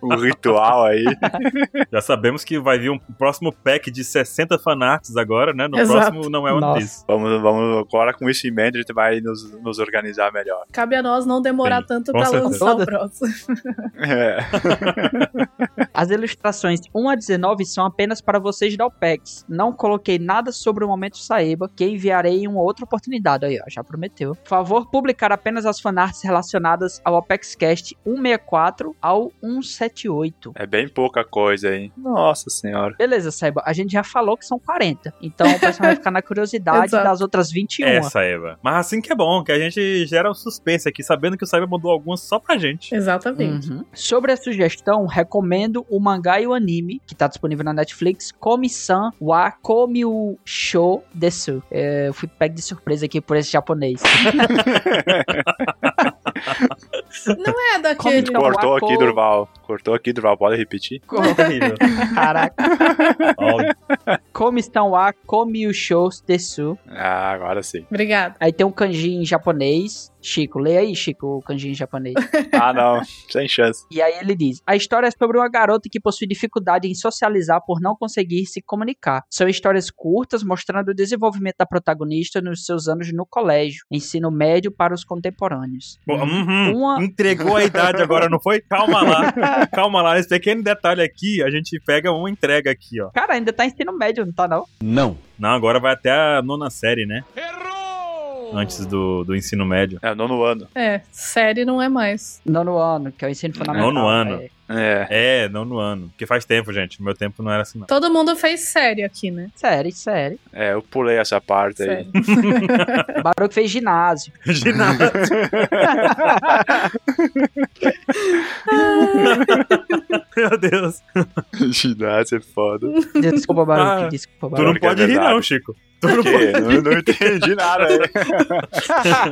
o ritual aí. Já sabemos que vai vir um próximo pack de 60 fanarts agora, né? No Exato. próximo não é One Nossa. Piece. Vamos, vamos agora com isso em mente, a gente vai nos, nos organizar melhor. Cabe a nós não demorar Sim, tanto com pra certeza. lançar o próximo. É. As ilustrações 1 a 19 são apenas para vocês da OPEX. Não coloquei nada sobre o momento Saeba, que enviarei em uma outra oportunidade. Aí, ó, já prometeu. Por favor, publicar apenas as fanarts relacionadas ao OPEXCast 164 ao 178. É bem pouca coisa, hein? Nossa senhora. Beleza, Saeba, a gente já falou que são 40. Então o pessoal vai ficar na curiosidade Exato. das outras 21. Essa, Eva. Mas assim que é bom, que a gente gera um suspense aqui, sabendo que o Cyber mandou algumas só pra gente. Exatamente. Uhum. Sobre a sugestão, recomendo o mangá e o anime, que tá disponível na Netflix, Komi-san wa Komiu Show Desu. É, eu fui pego de surpresa aqui por esse japonês. Não é daquele. Então, Cortou Waco- aqui, Durval. Cortou aqui, Durval. Pode repetir? É. Horrível. Caraca. Ó, Komi-san wa Komiu Show Desu. Ah, agora sim. Obrigada. Aí tem um kanji em japonês. Chico, lê aí, Chico, o kanji em japonês. Ah, não. Sem chance. E aí ele diz: A história é sobre uma garota que possui dificuldade em socializar por não conseguir se comunicar. São histórias curtas mostrando o desenvolvimento da protagonista nos seus anos no colégio, ensino médio para os contemporâneos. pô, uhum, Uma- Entregou a idade agora, não foi? Calma lá. Calma lá. Esse pequeno detalhe aqui, a gente pega uma entrega aqui, ó. Cara, ainda tá ensino médio, não tá não? Não, agora vai até a nona série, né? Errou! Antes do, do ensino médio. É o nono ano. É, série não é mais. Nono ano, que é o ensino fundamental. Nono ano. É. É. É, nono ano. Porque faz tempo, gente. Meu tempo não era assim, não. Todo mundo fez série aqui, né? Sério, sério. É, eu pulei essa parte aí. Série. Baruch fez ginásio. Ginásio. Meu Deus. Ginásio é foda. Desculpa, Baruch. Ah, desculpa, Tu não Baruch. Barulho que é pode rir, verdade. não, Chico. Tu não pode Porque não, não entendi nada aí.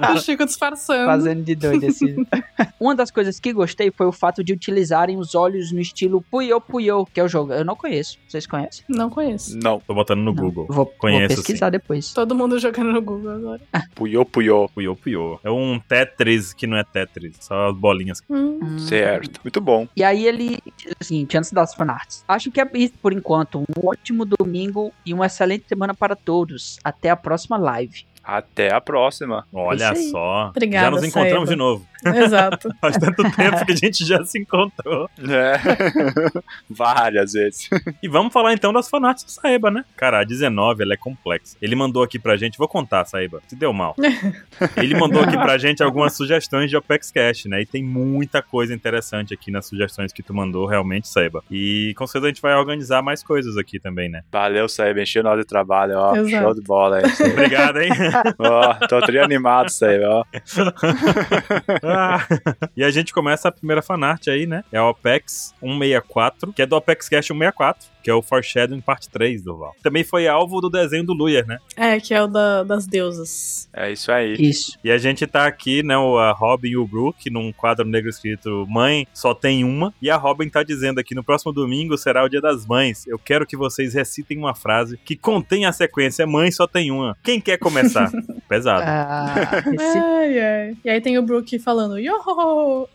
Ah, o Chico disfarçando. Fazendo de doido esse. Uma das coisas que gostei foi o fato de utilizarem os olhos no estilo Puyo Puyo, que é o jogo. Eu não conheço. Vocês conhecem? Não conheço. Não. Tô botando no Não. Google. Vou, vou Conheço, pesquisar depois. Todo mundo jogando no Google agora. Puyo Puyo. Puyo Puyo. É um Tetris que não é Tetris. Só as bolinhas. Hum. Hum. Certo. Muito bom. E aí ele diz o seguinte, antes das fanarts. Acho que é isso por enquanto. Um ótimo domingo e uma excelente semana para todos. Até a próxima live. Até a próxima. Isso Olha aí. só. Obrigada, já nos encontramos Saeba. de novo. Exato. Faz tanto tempo que a gente já se encontrou. É. Várias vezes. E vamos falar então das fanáticas do Saeba, né? Cara, a 19 ela é complexa. Ele mandou aqui pra gente, vou contar, Saeba, se deu mal. Ele mandou aqui pra gente algumas sugestões de OPEX Cash, né? E tem muita coisa interessante aqui nas sugestões que tu mandou, realmente, Saeba. E com certeza a gente vai organizar mais coisas aqui também, né? Valeu, Saib. Encheu nós de trabalho, ó. Exato. Show de bola aí. Obrigado, hein? ó, tô tri animado, Saib, ó. Ah. e a gente começa a primeira fanart aí, né? É a OPEX 164, que é do OPEX Cash 164, que é o Foreshadowing Parte 3 do Val. Também foi alvo do desenho do Luyer, né? É, que é o da- das deusas. É isso aí. Isso. E a gente tá aqui, né, o- a Robin e o Brook, num quadro negro escrito Mãe, só tem uma. E a Robin tá dizendo aqui, no próximo domingo será o dia das mães. Eu quero que vocês recitem uma frase que contém a sequência Mãe, só tem uma. Quem quer começar? Pesado. Ah, esse- Ai, ai. E aí tem o Brook falando, yo,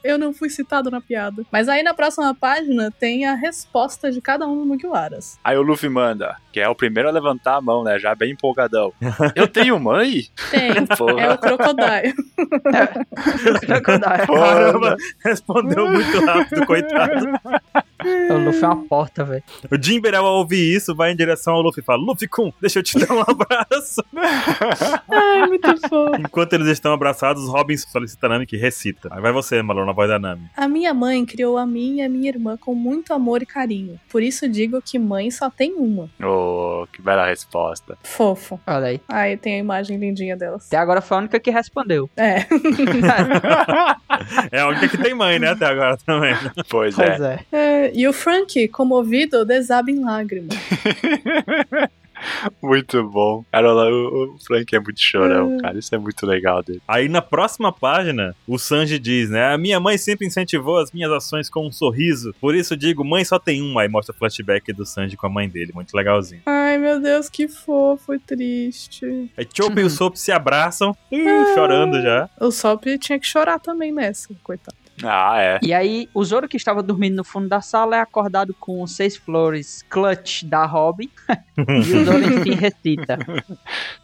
eu não fui citado na piada. Mas aí na próxima página tem a resposta de cada um dos Mugiwaras. Aí o Luffy manda, que é o primeiro a levantar a mão, né? Já bem empolgadão. Eu tenho mãe? Tem, é o Porra. Crocodile. Caramba, respondeu muito rápido, coitado. o Luffy é uma porta, velho. O Jimber, ao ouvir isso, vai em direção ao Luffy e fala: Luffy-kun, deixa eu te dar um abraço. Ai, muito fofo. Enquanto eles estão abraçados, Robin solicita a Nami que recita. Aí vai você, Malu, na voz da Nami. A minha mãe criou a mim e a minha irmã com muito amor e carinho. Por isso digo que mãe só tem uma. Oh, que bela resposta. Fofo. Olha aí. Aí tem a imagem lindinha delas. Até agora foi a única que respondeu. É. É a única que tem mãe, né, até agora também. Pois é. Pois é. É, e o Frank, comovido, desaba em lágrimas. Muito bom. Cara, lá, o o Frank é muito chorão, cara. Isso é muito legal dele. Aí na próxima página, o Sanji diz, né? A minha mãe sempre incentivou as minhas ações com um sorriso. Por isso digo, mãe só tem uma. Aí mostra o flashback do Sanji com a mãe dele. Muito legalzinho. Ai, meu Deus, que fofo e triste. Aí Chopper e o Sop se abraçam, uh, chorando já. O Sop tinha que chorar também nessa, coitado. Ah, é. E aí, o Zoro que estava dormindo no fundo da sala é acordado com seis flores clutch da Robin. e o Zoro enfim recita.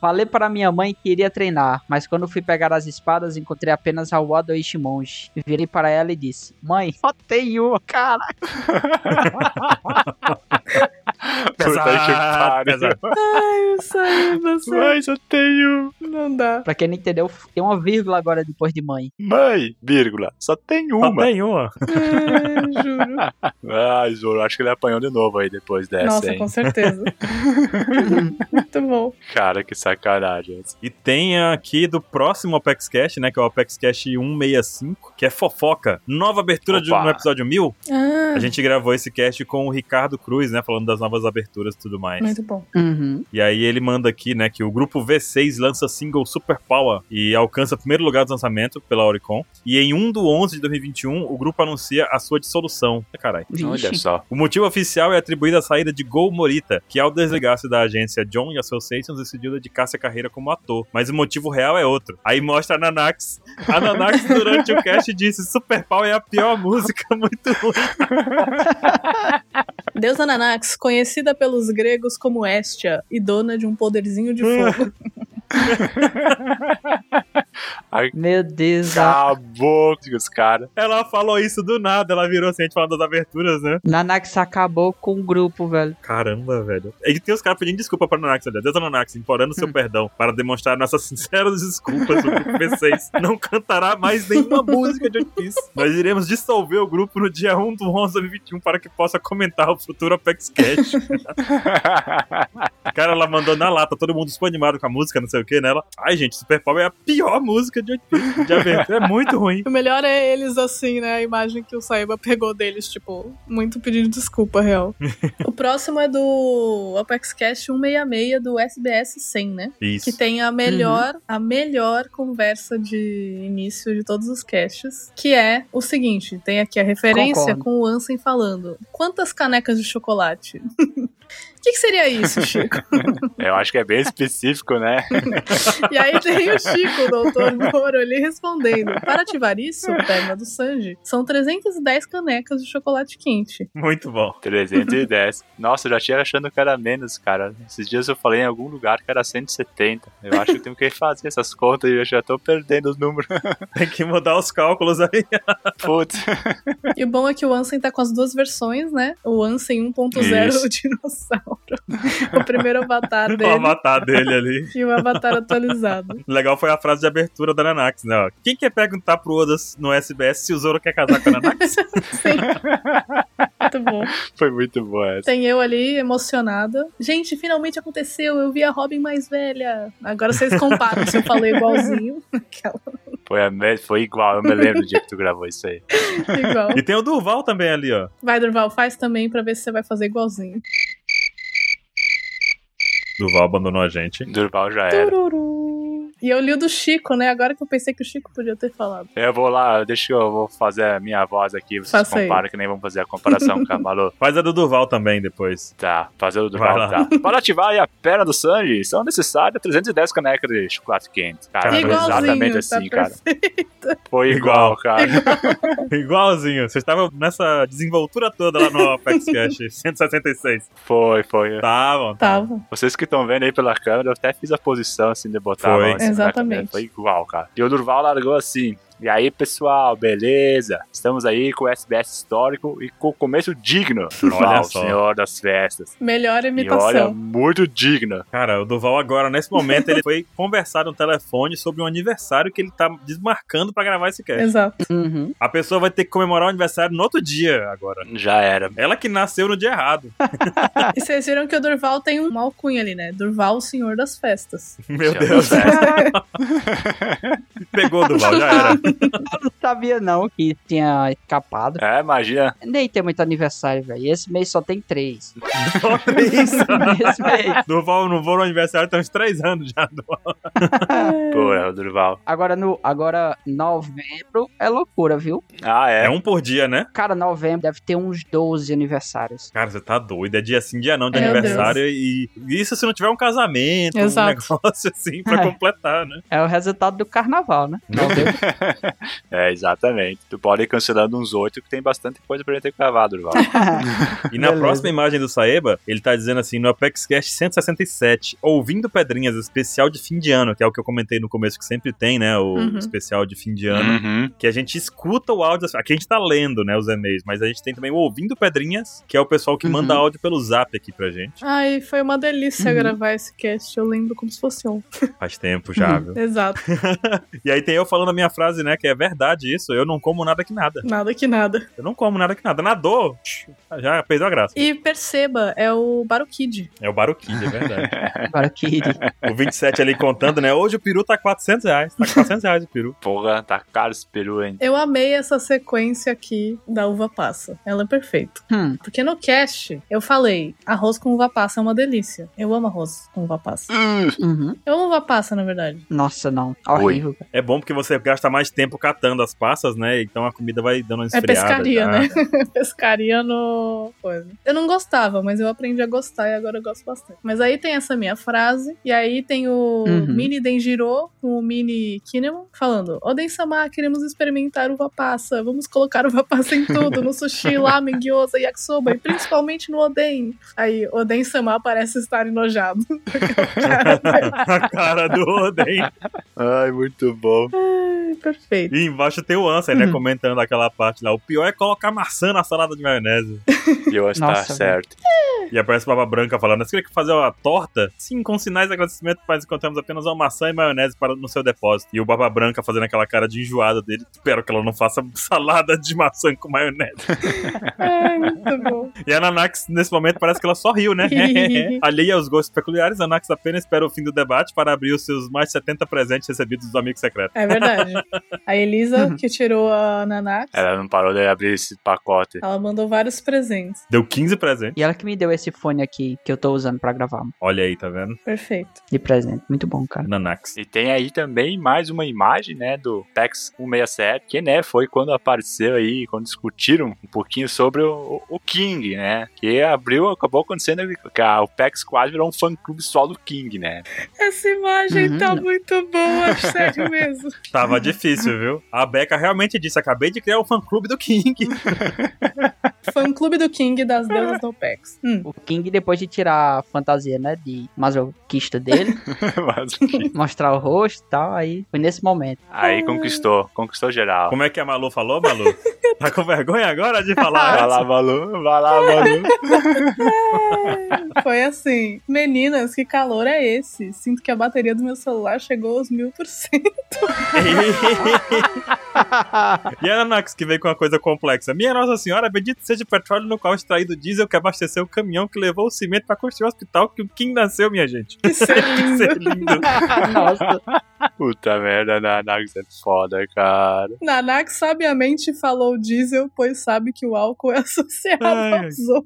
Falei para minha mãe que iria treinar, mas quando fui pegar as espadas, encontrei apenas a Wado Ishimonji. Virei para ela e disse: Mãe, só tem uma, cara. Puta que pariu. pesado. Ai, isso aí, você Mãe, só tenho. não dá. Pra quem não entendeu, tem uma vírgula agora depois de mãe. Mãe, vírgula. Só tem Só uma. tem uma. Ai, É, juro. Ai, Zoro, acho que ele apanhou de novo aí depois dessa, Nossa, hein? com certeza. Muito bom. Cara, que sacanagem. E tem aqui do próximo Apex Cash, né? Que é o Apex Cash 165, que é fofoca. Nova abertura de, Opa. no episódio 1000. Ah, A gente gravou esse cast com o Ricardo Cruz, né? Falando das novas aberturas e tudo mais. muito bom. Uhum. E aí ele manda aqui, né, que o grupo V6 lança single Super Power e alcança o primeiro lugar do lançamento pela Oricon. E em 1 do 11 de 2021, o grupo anuncia a sua dissolução. Ah, Caralho. Olha Vixe. só. O motivo oficial é atribuído à saída de Gol Morita, que ao desligar-se da agência John Associations decidiu dedicar-se à carreira como ator. Mas o motivo real é outro. Aí mostra a Nanax. A Nanax, durante o cast, disse Super Power é a pior música, muito ruim. Deusa Nanax, conhecida pelos gregos como Estia e dona de um poderzinho de fogo. Meu Deus. a- Acabou com os caras. Ela falou isso do nada, ela virou assim, a gente falando das aberturas, né? Nanax acabou com o grupo, velho. Caramba, velho. E tem os caras pedindo desculpa pra Nanax, aliás. Deus Nanax, implorando Hum. seu perdão para demonstrar nossas sinceras desculpas. O grupo V6 não cantará mais nenhuma música de One Piece. Nós iremos dissolver o grupo no dia 1 do 11 de 2021 para que possa comentar o futuro Apex Cash. Cara, ela mandou na lata, todo mundo ficou animado com a música, não sei o que, né? Ela, ai gente, Super Power é a pior música de One Piece. De abertura, é muito ruim. O melhor é eles assim, né? A imagem que o Saiba pegou deles, tipo, muito pedindo desculpa, real. o próximo é do Apex Cash 166 do SBS 100, né? Que Isso. tem a melhor, a melhor conversa de início de todos os caches, que é o seguinte, tem aqui a referência Concordo. com o Ansem falando. Quantas canecas de chocolate? O que, que seria isso, Chico? Eu acho que é bem específico, né? E aí tem o Chico, o doutor Moro, ali respondendo. Para ativar isso, perna do Sanji, são 310 canecas de chocolate quente. Muito bom. 310. Nossa, eu já tinha achando que era menos, cara. Esses dias eu falei em algum lugar que era 170. Eu acho que eu tenho que refazer essas contas e eu já tô perdendo os números. Tem que mudar os cálculos aí. Putz. E o bom é que o Ansem tá com as duas versões, né? O Ansem 1.0, Isso. o dinossauro. O primeiro avatar O dele. avatar dele ali. E o avatar atualizado. Legal foi a frase de abertura da Nanax, né? ó. Quem quer perguntar pro Oda no SBS se o Zoro quer casar com a Nanax? Sim. assim, Muito bom. Foi muito boa essa. Tem eu ali, emocionada. Gente, finalmente aconteceu. Eu vi a Robin mais velha. Agora vocês comparam se eu falei igualzinho. Aquela, Foi, a me- foi igual, eu me lembro do dia que tu gravou isso aí. igual. e tem o Durval também ali, ó. Vai, Durval, faz também pra ver se você vai fazer igualzinho. Durval abandonou a gente. Durval já era. Tururu. E eu li o do Chico, né? Agora que eu pensei que o Chico podia ter falado. Eu vou lá, deixa eu vou fazer a minha voz aqui, vocês Faça aí. comparam que nem vamos fazer a comparação com a Malu. Faz a do Durval também depois. Tá, fazer o Vai Durval, lá. tá. Para ativar aí a perna do Sanji, são necessárias 310 canecas de chocolate quente. Cara, foi Igualzinho, exatamente tá assim, cara. perfeito. Foi igual, cara. Igualzinho. Vocês estavam nessa desenvoltura toda lá no Apex Cash 166. Foi, foi. Tá bom. bom. Tava. Vocês que estão vendo aí pela câmera, eu até fiz a posição assim de botar Foi. a mão assim, na Exatamente. cabeça. Foi igual, cara. E o Durval largou assim. E aí, pessoal, beleza? Estamos aí com o SBS histórico e com o começo digno. Durval, só. senhor das festas. Melhor E olha, imitação. muito digno. Cara, o Duval agora, nesse momento, ele foi conversar no telefone sobre um aniversário que ele tá desmarcando pra gravar esse cast. Exato. Uhum. A pessoa vai ter que comemorar o aniversário no outro dia agora. Já era. Ela que nasceu no dia errado. E vocês viram que o Durval tem um alcunha ali, né? Durval, o senhor das festas. Meu Senhor Deus. das festas. Pegou o Duval, já era. Sabia não que tinha escapado. É, imagina. Nem tem muito aniversário, velho. Esse mês só tem três. Olha isso. Esse mês. Durval não vou no aniversário tem uns três anos já. Pô, é o Durval. Agora, no, agora, novembro é loucura, viu? Ah, é. É um por dia, né? Cara, novembro deve ter uns 12 aniversários. Cara, você tá doido. É dia sim, dia não de Meu aniversário. E isso se não tiver um casamento, um Exato. negócio assim pra É. completar, né? É o resultado do carnaval, né? Novembro. É, exatamente. Tu pode ir cancelando uns oito que tem bastante coisa pra gente ter gravado, Durval. E na Beleza. próxima imagem do Saeba, ele tá dizendo assim, no Apex Cash 167, ouvindo Pedrinhas, especial de fim de ano, que é o que eu comentei no começo, que sempre tem, né, o Uhum. especial de fim de ano, uhum. que a gente escuta o áudio, aqui a gente tá lendo, né, os e-mails, mas a gente tem também o Ouvindo Pedrinhas, que é o pessoal que Uhum. manda áudio pelo Zap aqui pra gente. Ai, foi uma delícia Uhum. gravar esse cast. Eu lembro como se fosse ontem. Faz tempo já, viu? Exato. E aí tem eu falando a minha frase, né, que é verdade isso, eu não como nada que nada. Nada que nada. Eu não como nada que nada. Nadou, já perdeu a graça. E perceba, é o Baruquid. É o Baruquinho, é verdade. Agora, Kid. O 27 ali contando, né? Hoje o peru tá 400 reais. Tá 400 reais o peru. Porra, tá caro esse peru, hein? Eu amei essa sequência aqui da uva passa. Ela é perfeita. Hum. Porque no cast eu falei, arroz com uva passa é uma delícia. Eu amo arroz com uva passa. Uhum. Eu amo uva passa, na verdade. Nossa, não. Horrível. É bom porque você gasta mais tempo catando as passas, né? Então a comida vai dando uma É esfriada. pescaria, já. né? Pescaria no. Coisa. Eu não gostava, mas eu aprendi a gostar e agora eu gosto bastante. Mas aí tem essa minha frase, e aí tem o Uhum. mini Denjiro com o mini Kinemon falando: Oden-sama, queremos experimentar uva passa, vamos colocar uva passa em tudo, no sushi, lamen, gyoza, yakisoba e principalmente no Oden. Aí Oden-sama parece estar enojado. a cara do Oden. Ai, muito bom. Ai, Perfeito. E embaixo tem o Ansem, né? Uhum. Comentando aquela parte lá. O pior é colocar maçã na salada de maionese. E eu estar Nossa, certo. E aparece o Baba Branca falando: Você queria que fazer uma torta? Sim, com sinais de agradecimento, mas encontramos apenas uma maçã e maionese para no seu depósito. E o Baba Branca fazendo aquela cara de enjoada dele. Espero que ela não faça salada de maçã com maionese. Ai, É, muito bom. E a Nanax, nesse momento, parece que ela só riu, né? Alheia aos gostos peculiares, a Nanax apenas espera o fim do debate para abrir os seus mais 70 presentes recebidos dos amigos secretos. É verdade. A Elisa, que tirou a Nanax, Ela não parou de abrir esse pacote. ela mandou vários presentes. Deu 15 presentes. E ela que me deu esse fone aqui que eu tô usando pra gravar Olha aí, tá vendo? Perfeito. de presente. Muito bom, cara. Nanax. E tem aí também mais uma imagem, né, do PEX 167, que, né, foi quando apareceu aí, quando discutiram um pouquinho sobre o, o King, né, que abriu, acabou acontecendo que a- o PEX quase virou um fã-clube só do King, né. Essa imagem Uhum. tá muito boa, sério mesmo. Tava difícil, viu? A Becca realmente disse: acabei de criar o fã-clube do King. Fã um clube do King das deusas do Opex. Hum. O King, depois de tirar a fantasia, né, de masoquista dele, Mas, mostrar o rosto e tal, aí foi nesse momento. aí conquistou, conquistou Ah. geral. Como é que a Malu falou, Malu? Tá com vergonha agora de falar? Vai lá, Malu, vai lá, Malu. Foi assim. Meninas, que calor é esse? Sinto que a bateria do meu celular chegou aos mil por cento. E a Nanax que veio com uma coisa complexa. Minha Nossa Senhora, bendito seja o petróleo no qual é extraído o diesel que abasteceu o caminhão que levou o cimento pra construir o hospital que o King nasceu, minha gente. Que ser é lindo. Ser é lindo. Nossa. Puta merda, Nanax é foda, cara. Nanak sabiamente falou diesel, pois sabe que o álcool é associado Ai. ao tesouro.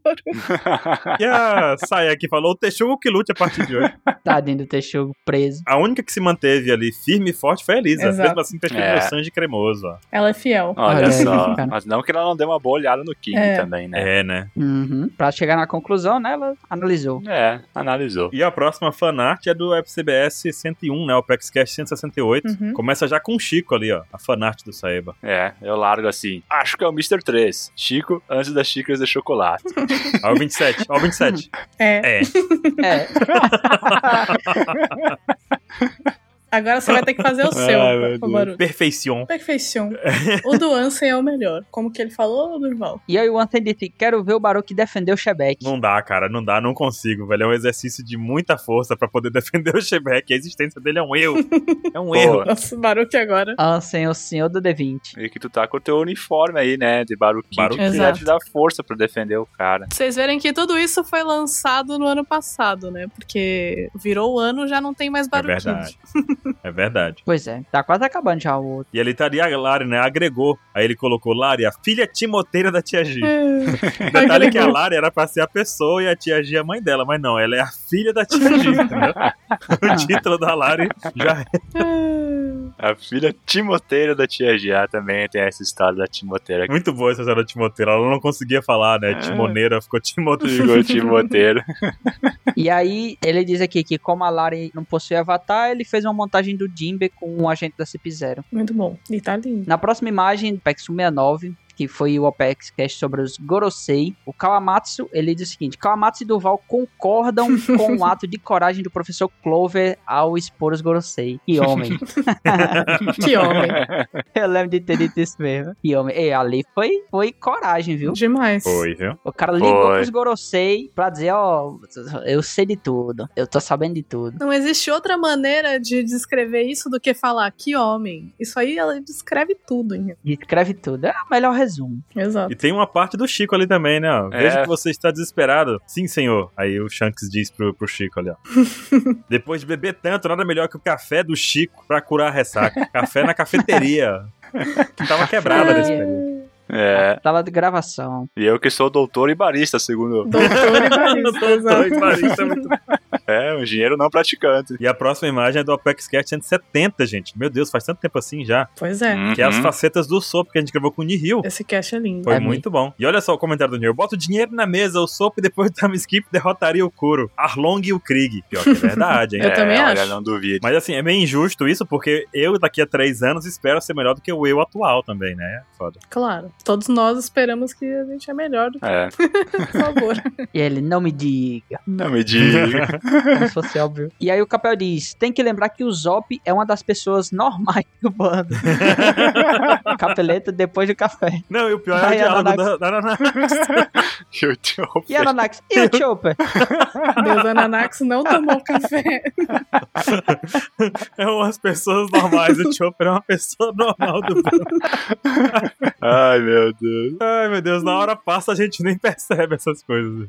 E a Saia que falou, o Texugo que lute a partir de hoje. Tadinho do Texugo preso. A única que se manteve ali firme e forte foi a Elisa. Exato. Mesmo assim, preferiu É. o Sanji cremoso. ó. Ela é fiel. Olha, Olha aí, só. cara. Mas não que ela não deu uma boa olhada no King É. também, né. É, né? Uhum. Pra chegar na conclusão, né, ela analisou. É, analisou. E a próxima fanart é do FCBS 101, né? O PEXCast 168. Uhum. Começa já com o Chico ali, ó. A fanart do Saeba. É, eu largo assim. Acho que é o Mr. 3. Chico antes das xícaras de chocolate. Ó Ah, o 27, ó o 27. É. É. É. Agora você vai ter que fazer É o seu. Ai, meu o Deus. barulho. Perfeição. Perfeição. O do Ansem é o melhor. Como que ele falou, Durval? E aí o Anthony disse, quero ver o Baruch defender o Shebeck. Não dá, cara, não dá, não consigo, velho. É um exercício de muita força pra poder defender o Shebeck. A existência dele é um erro. É um Pô, erro. Nossa, Baruque agora. Ansem, o Ah, senhor do D20. E que tu tá com o teu uniforme aí, né? De baruquinho. Baruquinho. Baruquinho. Exato. te dá força pra defender o cara. Pra vocês verem que tudo isso foi lançado no ano passado, né? Porque virou o ano, já não tem mais É barulho. verdade. É verdade. Pois é, tá quase acabando já o outro. E ele estaria a Lari, né? Agregou. Aí ele colocou Lari, a filha timoteira da tia G. É. Detalhe que é a Lari era pra ser a pessoa e a tia G é a mãe dela, mas não, ela é a filha da tia G, entendeu? o título da Lari já é. A filha timoteira da tia Gia também tem essa história da timoteira. É Muito boa essa história da timoteira. Ela não conseguia falar, É. né? Timoneira ficou timoteira. Ficou timoteira. E aí, ele diz aqui que como a Lari não possui avatar, ele fez uma montagem do Jimbe com um agente da CP0. Muito bom. E tá lindo. Na próxima imagem, PEX 169, que foi o Opex Cast sobre os Gorosei, o Kawamatsu, ele diz o seguinte, Kawamatsu e Duval concordam com o ato de coragem do professor Clover ao expor os Gorosei. Que homem. Que homem. Eu lembro de ter dito isso mesmo. Que homem. E ali foi, foi coragem, viu? Demais. Foi, viu? O cara ligou Foi. pros Gorosei pra dizer, ó, eu sei de tudo. Eu tô sabendo de tudo. Não existe outra maneira de descrever isso do que falar que homem. Isso aí ela descreve tudo, hein? Descreve tudo. É o melhor resumo. Exato. E tem uma parte do Chico ali também, né? ó. É. Veja que você está desesperado. Sim, senhor. Aí o Shanks diz pro, pro Chico ali, ó. Depois de beber tanto, nada melhor que o café do Chico pra curar a ressaca. Café na cafeteria. que tava quebrada nesse período. É. Tava de gravação. E eu que sou doutor e barista, segundo. Doutor e barista, Doutor exato. e barista, tá muito É, um engenheiro não praticante. E a próxima imagem é do Apex Cat 170, gente. Meu Deus, faz tanto tempo assim já. Pois é. Uhum. Que é as facetas do Sop que a gente gravou com o Nihil. Esse cast é lindo. Foi É muito bom. E olha só o comentário do Nihil. Bota o dinheiro na mesa, o Sop e depois do time skip derrotaria o Kuro. Arlong e o Krieg. Pior que é verdade, hein? Eu é, também olha, acho. não duvido. Mas assim, é meio injusto isso, porque eu daqui a três anos espero ser melhor do que o eu atual também, né? Foda. Claro. Todos nós esperamos que a gente é melhor do que É, por favor. E ele, não me diga. não me diga. Como se fosse óbvio. E aí o Capel diz, tem que lembrar que o Zop é uma das pessoas normais do bando. Capeleta depois do café. Não, e o pior é o Ai, diálogo da, Ananax. da, da- da- Eu te ouvi. E a Nanax, e o Chopper? Deus Ananax não tomou café. É umas pessoas normais. O Chopper é uma pessoa normal do mundo. Ai, meu Deus. Ai, meu Deus, na hora passa a gente nem percebe essas coisas.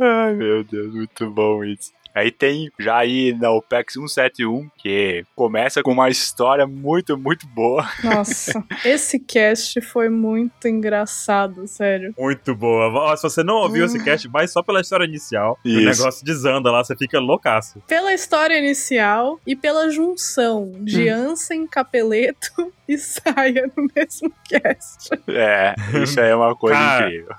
Ai, meu Deus, muito bom isso. Aí tem já aí na OPEX 171, que começa com uma história muito, muito boa. Nossa. Esse cast foi muito engraçado, sério. Muito boa. Ó, se você não ouviu esse cast, vai só pela história inicial. E O Isso. negócio desanda lá, você fica loucaço. Pela história inicial e pela junção de Ansem, Capeleto e Saia no mesmo cast. É, isso aí é uma coisa Cara. incrível.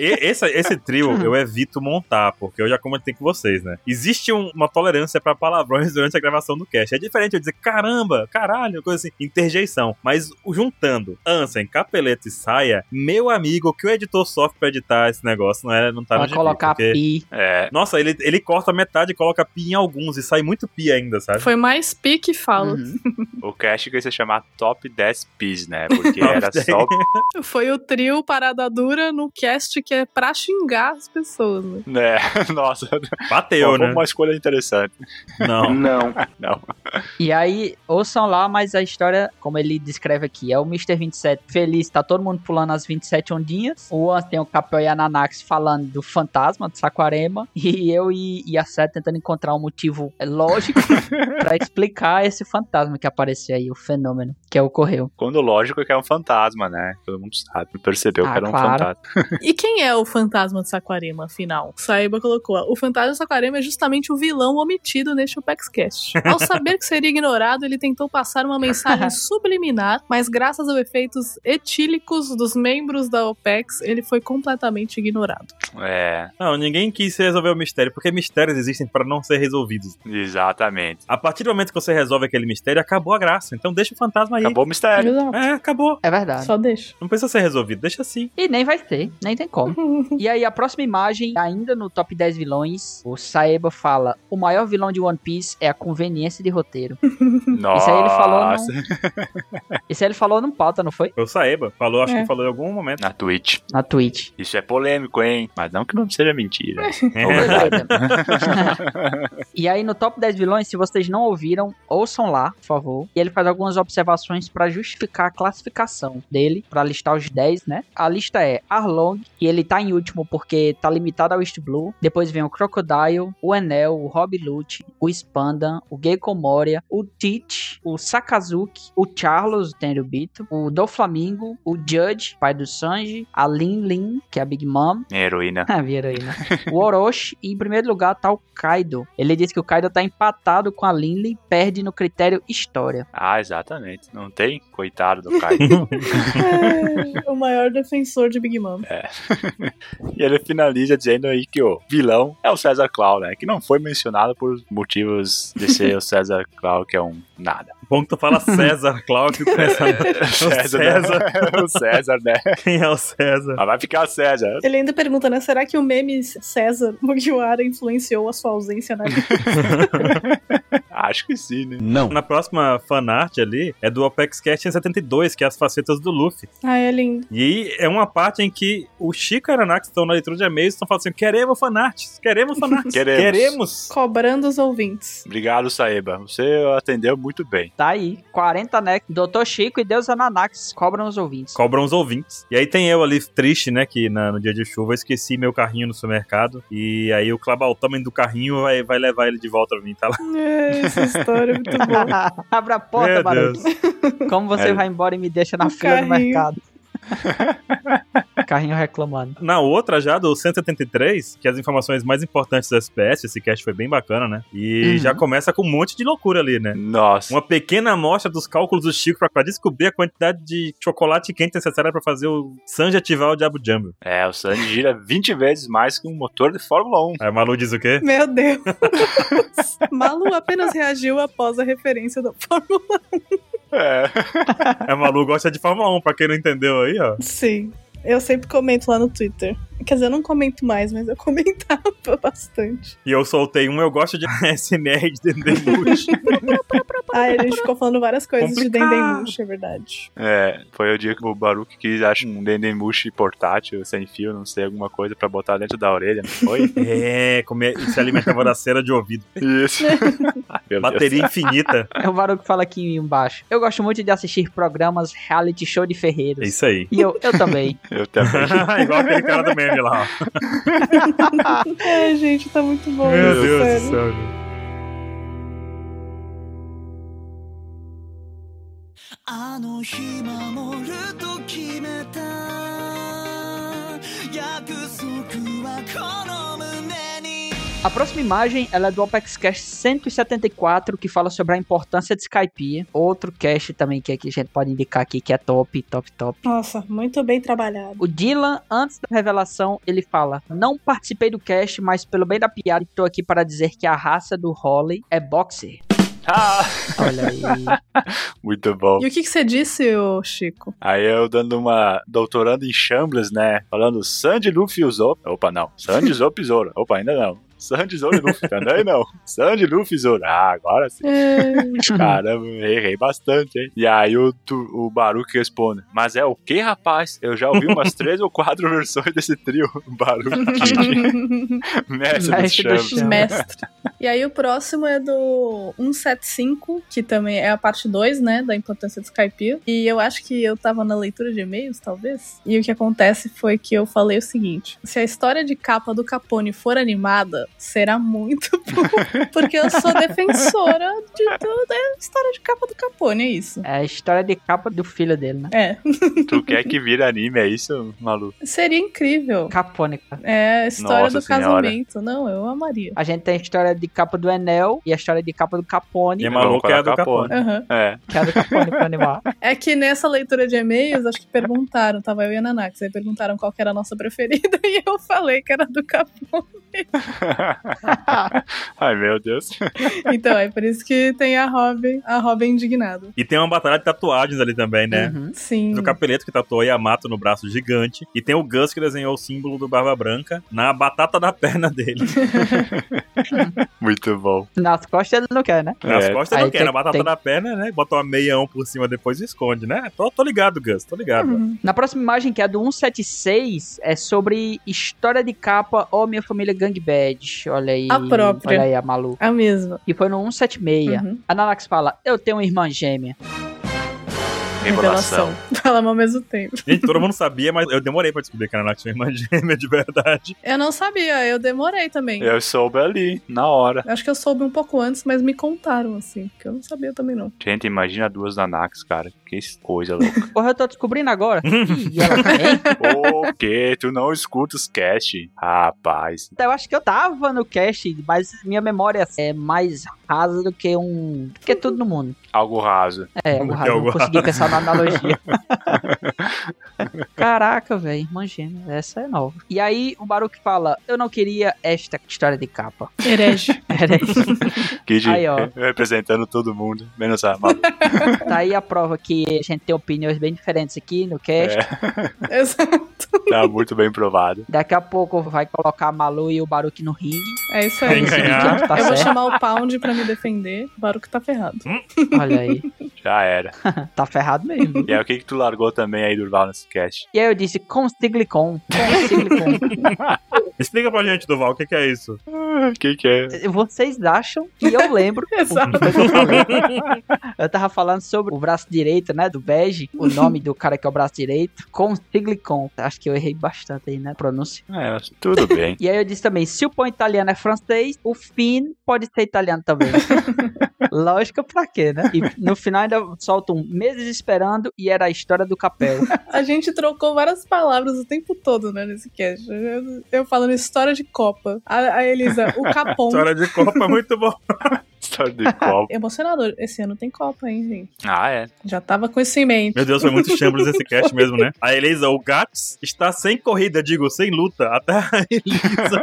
E- esse, esse trio eu evito montar, porque eu já comentei com vocês, né? Existe um- uma tolerância pra palavrões durante a gravação do cast. É diferente eu dizer caramba, caralho, coisa assim, interjeição. Mas o- juntando Ansem, Capeleto e Saia, meu amigo, que o editor sofre pra editar esse negócio, não, é, não tá no Pra gibi, colocar porque- pi. É, Nossa, ele, ele corta metade e coloca pi em alguns e sai muito pi ainda, sabe? Foi mais pique fala. Uhum. o cast que ia se chamar Top 10 Pis, né? Porque era só. Foi o trio Parada Dura no cast que é pra xingar as pessoas. Né? Né? Nossa, Bateu, foi né? uma escolha interessante. Não. Não. Não. E aí, ouçam lá, mas a história, como ele descreve aqui, é o Mr. 27 feliz, tá todo mundo pulando as 27 ondinhas. O An tem o Capel e a Nanax falando do fantasma do Saquarema. E eu e, e a Seth tentando encontrar um motivo lógico pra explicar esse fantasma que apareceu aí, o fenômeno que ocorreu. Quando lógico que é um fantasma, né? Todo mundo sabe, percebeu Ah, que era um claro. fantasma. E quem é o fantasma de Saquarema, afinal? Saiba colocou. O fantasma de Saquarema é justamente o vilão omitido neste Opexcast. Ao saber que seria ignorado, ele tentou passar uma mensagem subliminar, mas graças aos efeitos etílicos dos membros da OPEX, ele foi completamente ignorado. É, Não, ninguém quis resolver o mistério, porque mistérios existem pra não ser resolvidos. exatamente. A partir do momento que você resolve aquele mistério, acabou a graça. Então deixa o fantasma aí. Acabou o mistério. Exato. É, acabou. É verdade. Só deixa. Não precisa ser resolvido, deixa assim. E nem vai ter, nem tem como. e aí, a próxima imagem, ainda no top 10 vilões, o Saeba fala: o maior vilão de One Piece é a conveniência de roteiro. Nossa. Isso aí ele falou né? num... Isso aí ele falou num pauta, não foi? Foi o Saeba. Falou, acho É. que falou em algum momento. Na Twitch. Na Twitch. Isso é polêmico, hein? Mas não que não seja mentira. É. e aí, no top 10 vilões, se vocês não ouviram, ouçam lá, por favor. classificação e ele faz algumas observações para justificar a classificação dele, para listar os 10, né? A lista é Arlong, que ele tá em último porque tá limitado ao East Blue. Depois vem o Crocodile, o Enel, o Rob Lute, o Spandan, o Gecko Moria, o Teach, o Sakazuki, o Charles, o Tenryubito, o Doflamingo, o Judge, pai do Sanji, a Lin Lin, que é a Big Mom, Heroína. a minha heroína. né? O Orochi, e em primeiro lugar, tá o Kaido. Ele diz que o Kaido tá empatado com a Linley e perde no critério história. Ah, exatamente. Não tem? Coitado do Kaido. É, o maior defensor de Big Mom. e ele finaliza dizendo aí que o vilão é o César Clau, né? Que não foi mencionado por motivos de ser o César Clau, que é um nada. Bom que tu fala César, Cláudio, com essa... o César. Né? o César, né? Quem é o César? Mas vai ficar César. Ele ainda pergunta, né? Será que o meme César Mugiwara influenciou a sua ausência na vida? Acho que sim, né? Não. Na próxima fanart ali é do Apex Cash em 72, que é as facetas do Luffy. Ah, é lindo. E aí é uma parte em que o Chico e a Nanaki estão na leitura de e-mails e estão falando assim: queremos fanarts, queremos fanarts, Queremos. queremos. Cobrando os ouvintes. Obrigado, Saeba. Você atendeu muito bem. Tá aí, 40 né? Doutor Chico e Deus Ananax cobram os ouvintes. Cobram os ouvintes. E aí tem eu ali, triste, né? Que na- no dia de chuva eu esqueci meu carrinho no supermercado. E aí o clabaltamen do carrinho vai, vai levar ele de volta pra mim, tá lá. É, essa história é muito boa. Abra a porta, Meu Um Barulho. Como você É. vai embora e me deixa na O fila do carrinho. mercado? carrinho reclamando. Na outra já, do 173, que é as informações mais importantes do SPS, esse cast foi bem bacana, né? E Uhum. já começa com um monte de loucura ali, né? Nossa. Uma pequena amostra dos cálculos do Chico pra- pra descobrir a quantidade de chocolate quente necessária pra fazer o Sanji ativar o Diabo Jumbo. É, o Sandy gira 20 vezes mais que um motor de Fórmula 1. Aí a Malu diz o quê? Meu Deus. Malu apenas reagiu após a referência da Fórmula É. A Malu gosta de Fórmula 1, pra quem não entendeu aí, um. ó. Sim. Eu sempre comento lá no Twitter. Quer dizer, eu não comento mais, mas eu comentava bastante. E eu soltei um, eu gosto de SMR de Dendemush. Ah, ele ficou falando várias coisas Complicado. de Dendemush, é verdade. É, foi o dia que o Baruch quis achar um Dendemushi portátil, sem fio, não sei, alguma coisa pra botar dentro da orelha, né? não foi? é, comer, se alimentava da cera de ouvido. Isso. Meu Deus. Bateria infinita. É o Barulho que fala aqui embaixo. Eu gosto muito de assistir programas reality show de É ferreiros. isso aí. E eu, eu também. Eu também. Igual aquele cara do meme lá, ó. É, gente, tá muito bom. isso, sério. céu. A próxima imagem ela é do Apex Cash 174, que fala sobre a importância de Skype. Outro cast também que, que a gente pode indicar aqui que é top, top, top. Nossa, muito bem trabalhado. O Dylan, antes da revelação, ele fala: Não participei do cast, mas pelo bem da piada, estou aqui para dizer que a raça do Holly é boxer. Ah, Olha aí. muito bom. E o que, que você disse, ô Chico? Aí eu dando uma doutorando em Chambliss, né? Falando Sandy, Luffy e o Zop. Opa, não. Sandy, Zop e Zoro. Opa, ainda não. Sandy, Zoro e Luffy. Também não. Sandy, Luffy e Zoro. Ah, agora sim. É, Caramba, errei bastante, hein? E aí o, tu- o Baruque responde: Mas é o que, rapaz? Eu já ouvi umas três ou quatro versões desse trio. Baruque, mestre do Mestre do chão. chão. Mestre. E aí o próximo é do 175, que também é a parte 2, né, da importância do Skype. E eu acho que eu tava na leitura de e-mails, talvez. E o que acontece foi que eu falei o seguinte: se a história de capa do Capone for animada, será muito bom, porque eu sou defensora de, do- da história de capa do Capone, é isso. É a história de capa do filho dele, né? É, Tu quer que vire anime, é isso, Malu? seria incrível. Capônica. É a história Nossa do Senhora. casamento. Não, eu amaria. A gente tem a história de capa do Enel e a história de capa do Capone, E é maluco é a do Capone. Aham. É. que é a do Capone pra animar. É que nessa leitura de e-mails, acho que perguntaram, tava eu e a Nanax, aí perguntaram qual que era a nossa preferida, e eu falei que era do Capone. Ai, meu Deus. Então, é por isso que tem a Robin, a Robin indignada. E tem uma batalha de tatuagens ali também, né? Uhum. Sim. Do Capeleto que tatuou Yamato no braço gigante. E tem o Gus que desenhou o símbolo do Barba Branca na batata da perna dele. Muito bom. Nas costas ele não quer, né? Nas É. costas não Aí quer, tem- na batata tem- da perna, né? Bota uma meião por cima depois e esconde, né? Tô, tô ligado, Gus, tô ligado. Uhum. Na próxima um imagem, que é a do 176, é sobre história de capa ou Minha Família Gangbad. Ixi, olha aí. A própria. Olha aí a Malu. A mesma. E foi no 176. Uhum. A Nanax fala: Eu tenho uma irmã gêmea. Revelação. Falamos ao mesmo tempo. Gente, todo mundo sabia, mas eu demorei pra descobrir que a Nanak tinha uma irmã gêmea de verdade. Eu não sabia, eu demorei também. Eu soube ali, na hora. Acho que eu soube um pouco antes, mas me contaram assim, que eu não sabia também não. Gente, imagina duas Nanax, cara. Que coisa louca. Porra, eu tô descobrindo agora. Ih, ela também? o quê? Tu não escuta os cast? Rapaz. tá, Eu acho que eu tava no cast, mas minha memória é mais rasa do que um. do que tudo no mundo. Algo raso. É, Do o que raso, algo não consegui pensar na analogia. Caraca, velho, irmã gêmea, essa é nova. E aí o Baruch fala: Eu não queria esta história de capa. Herege. Era isso. Kid Aí, ó. representando todo mundo, menos a Malu. Tá aí a prova que a gente tem opiniões bem diferentes aqui no cast. Exato. Tá muito bem provado. Daqui a pouco vai colocar a Malu e o Baruque no ringue. É isso aí. Quem ganhar? Tá eu vou certo. chamar o Pound pra me defender. O Baruco tá ferrado. Hum? Olha aí. Já era. Tá ferrado mesmo. E aí, o que que tu largou também aí, Durval, nesse cast? E aí eu disse, com Stiglicon. Com Stiglicon. Explica pra gente, Duval, o que, que é isso? O que que é? Vocês acham que eu lembro Exato. o que foi que eu falei? Eu tava falando sobre o braço direito, né? Do Bege. O nome do cara que é o braço direito. Com Stiglicon. Acho que eu errei bastante aí, né? Pronúncia. É, mas tudo bem. E aí eu disse também, se o pão italiano é francês, o fin pode ser italiano também. Lógica pra quê, né? E no final ainda solta um meses esperando e era a história do capel. A gente trocou várias palavras o tempo todo, né, nesse cast. Eu, eu falando história de Copa. A, a Elisa, o Capão. História de Copa é muito bom. História de copo. Emocionador. Esse ano tem Copa, hein, gente? Ah, é. Já tava com isso em mente. Meu Deus, foi muito chambres esse cast mesmo, né? A Elisa, o Gats, está sem corrida, digo, sem luta. Até a Elisa.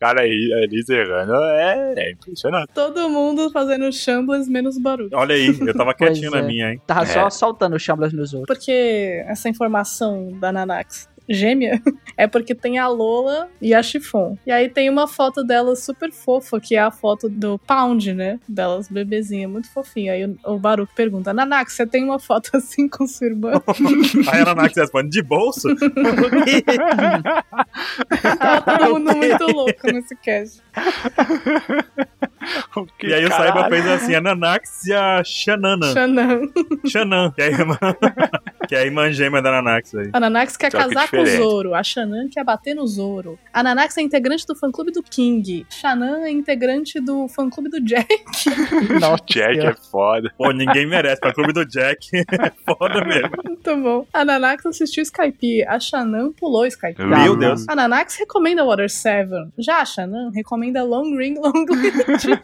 Cara, aí, a Elisa errando é, é impressionante. Todo mundo fazendo shambles menos barulho. Olha aí, eu tava Pois quietinho é. na minha, hein? Tava só É. soltando os chamblas nos outros. Porque essa informação da Nanax gêmea é porque tem a Lola e a Chifon. E aí tem uma foto dela super fofa, que é a foto do Pound, né? Delas bebezinha, muito fofinha. Aí o- o Baruco pergunta: Nanax, você tem uma foto assim com sua irmã? Aí a Nanak responde, de bolso? Tá todo mundo muito louco nesse cast. O que e aí o caralho? Saiba fez assim, a Nanax e a Xanana. Xanã. Xanã, que é a irmã, que é a irmã gêmea da Nanax aí. A Nanax quer Só que é casar com o diferente. Zoro. A Xanã quer bater no Zoro. A Nanax é integrante do fã-clube do King. Xanã é integrante do fã-clube do Jack. Nossa Jack é Senhora. foda. Pô, ninguém merece, pra clube do Jack. É foda mesmo. Muito bom. A Nanax assistiu Skype. A Xanã pulou Skype. Meu Deus. A Nanax recomenda Water 7. Já a Xanã recomenda Long Ring Long Live.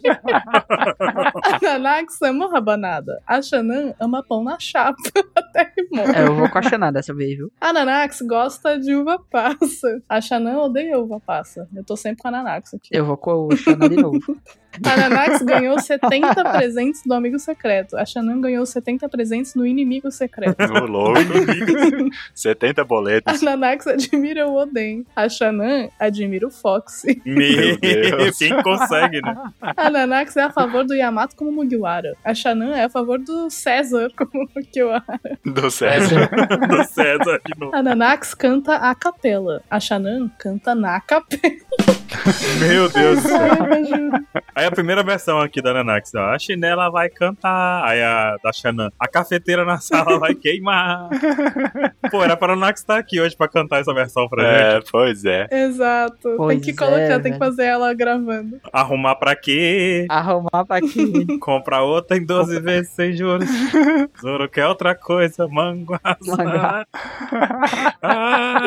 a Nanax ama rabanada. A Xanã ama pão na chapa. Até rimou. É, eu vou questionar dessa vez, viu? A Nanax gosta de uva passa. A Xanã odeia uva passa. Eu tô sempre com a Nanax aqui. Eu vou com o Xana de novo. A Nanax ganhou 70 presentes do amigo secreto. A Xanã ganhou 70 presentes no inimigo secreto. Ô, louco. 70 boletos. A Nanax admira o Oden. A Xanã admira o Foxy. Meu Deus. Quem consegue, né? A Nanax é a favor do Yamato como Mugiwara. A Xanã é a favor do César como Mugiwara. É Do César. Do César de novo. A Nanax canta a capela. A Xanã canta na capela. Meu Deus. Ai, eu juro. Aí a primeira versão aqui da Nanax, ó. A chinela vai cantar. Aí a da Xanã. A cafeteira na sala vai queimar. Pô, era pra Nanax estar aqui hoje pra cantar essa versão pra gente. É, pois é. Exato. tem Pois que é, colocar, tem velho. que fazer ela gravando. Arrumar pra quê? Arrumar pra aqui. Comprar outra em 12 vezes sem juros. Zoro quer outra coisa. Manguaça. Manguaça. Ah,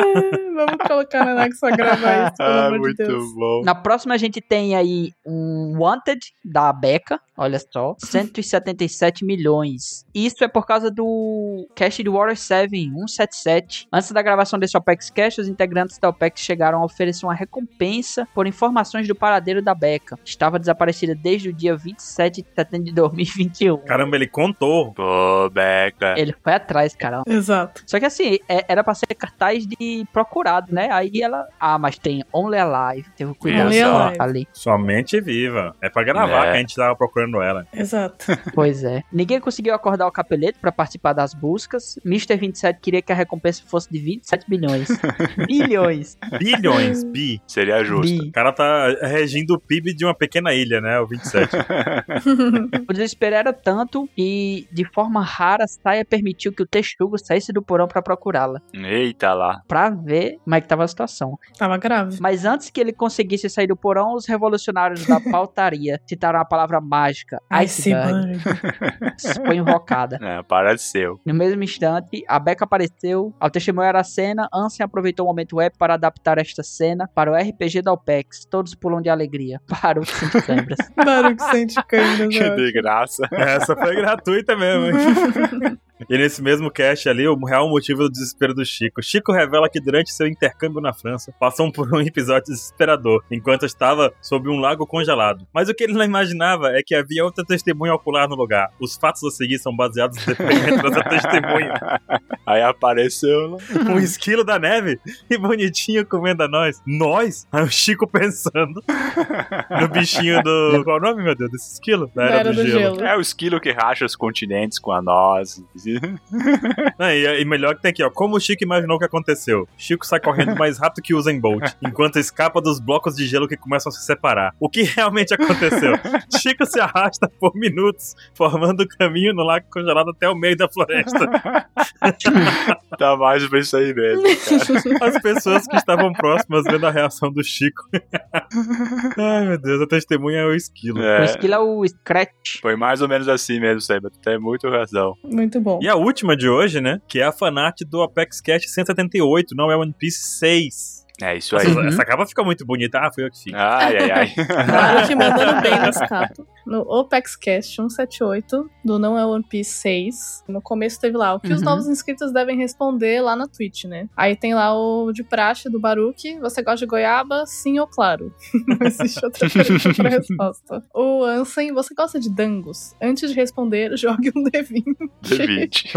Vamos colocar a Nanax pra gravar isso, pelo Ah, amor muito de Deus. bom. Na próxima a gente tem aí um Wanted da Becca, olha só, 177 milhões. Isso é por causa do cast do Water 7, 177. Antes da gravação desse OPEX Cash, os integrantes da OPEX chegaram a oferecer uma recompensa por informações do paradeiro da Becca. Estava desaparecida desde o dia 27 de setembro de 2021. Caramba, ele contou. Pô, Beca. Ele foi atrás, cara. Exato. Só que assim, é- era pra ser cartaz de procurado, né? Aí ela. Ah, mas tem Only Alive. Teve cuidado Only só Alive. ali. Somente viva. É pra gravar É. que a gente tava procurando procurando ela. Exato. Pois é. Ninguém conseguiu acordar o capeleto pra participar das buscas. Mr. 27 queria que a recompensa fosse de 27 bilhões. bilhões. Bilhões, bi. Seria justo. O Bi. cara tá regindo o PIB de uma pequena ilha, né? O 27. O desespero era tanto que, de forma rara, Saia permitiu que o Texugo saísse do porão pra procurá-la, Eita lá. Pra ver como é que tava a situação. Tava grave. Mas antes que ele conseguisse sair do porão, os revolucionários da pautaria citaram a palavra mágica, iceberg, mano. foi invocada. É, pareceu. No mesmo instante, a Becca apareceu, ao testemunhar a cena, Ansem aproveitou o momento web para adaptar esta cena para o RPG da OPEX. Todos pulam de alegria. Para os cinco câmeras. Barulho que sente câmeras. eu acho. De graça. Essa foi gratuita mesmo, hein? E nesse mesmo cast ali, o real motivo do desespero do Chico. Chico revela que durante seu intercâmbio na França, passou por um episódio desesperador, enquanto estava sob um lago congelado. Mas o que ele não imaginava é que havia outra testemunha ocular no lugar. Os fatos a seguir são baseados nos depoimentos da testemunha. Aí apareceu. Um esquilo da neve e bonitinho comendo a nós. Nós? Aí o Chico pensando no bichinho do... Qual é o nome, meu Deus, desse esquilo? Da Era do gelo. É o esquilo que racha os continentes com a noz. Ah, e, e melhor que tem aqui, ó. Como o Chico imaginou que aconteceu? Chico sai correndo mais rápido que Usain Bolt, enquanto escapa dos blocos de gelo que começam a se separar. O que realmente aconteceu? Chico se arrasta por minutos, formando o caminho no lago congelado até o meio da floresta. Tá mais pra isso aí mesmo. As pessoas que estavam próximas vendo a reação do Chico. Ai, meu Deus, a testemunha é o esquilo. O É, esquilo é o Scratch. foi mais ou menos assim mesmo, Seba. Tu tem muito razão. Muito bom. E a última de hoje, né? Que é a fanart do Apex Cash 178, não é One Piece 6. É isso Nossa, aí. Uhum. Essa capa fica muito bonita. Ah, foi eu que fiz. Ai, ai, ai. Claro, te mandando bem nas capas. No OpexCast 178, do Não é One Piece 6. No começo teve lá o que os Uhum. novos inscritos devem responder lá na Twitch, né? Aí tem lá o de praxe do Baruque. Você gosta de goiaba? Sim ou claro? Não existe outra pergunta pra resposta. O Ansem, você gosta de dangos? Antes de responder, jogue um De D20. 20.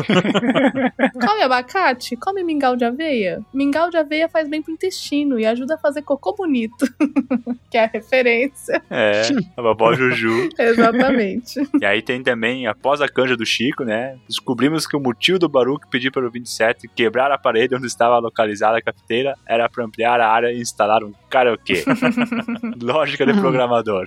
Come abacate? Come mingau de aveia? Mingau de aveia faz bem pro intestino e ajuda a fazer cocô bonito. que é a referência. É, a vovó Juju. Exatamente. E aí tem também, após a canja do Chico, né? Descobrimos que o motivo do Baruque pedir para o 27 quebrar a parede onde estava localizada a cafeteira era para ampliar a área e instalar um karaokê. Lógica de programador.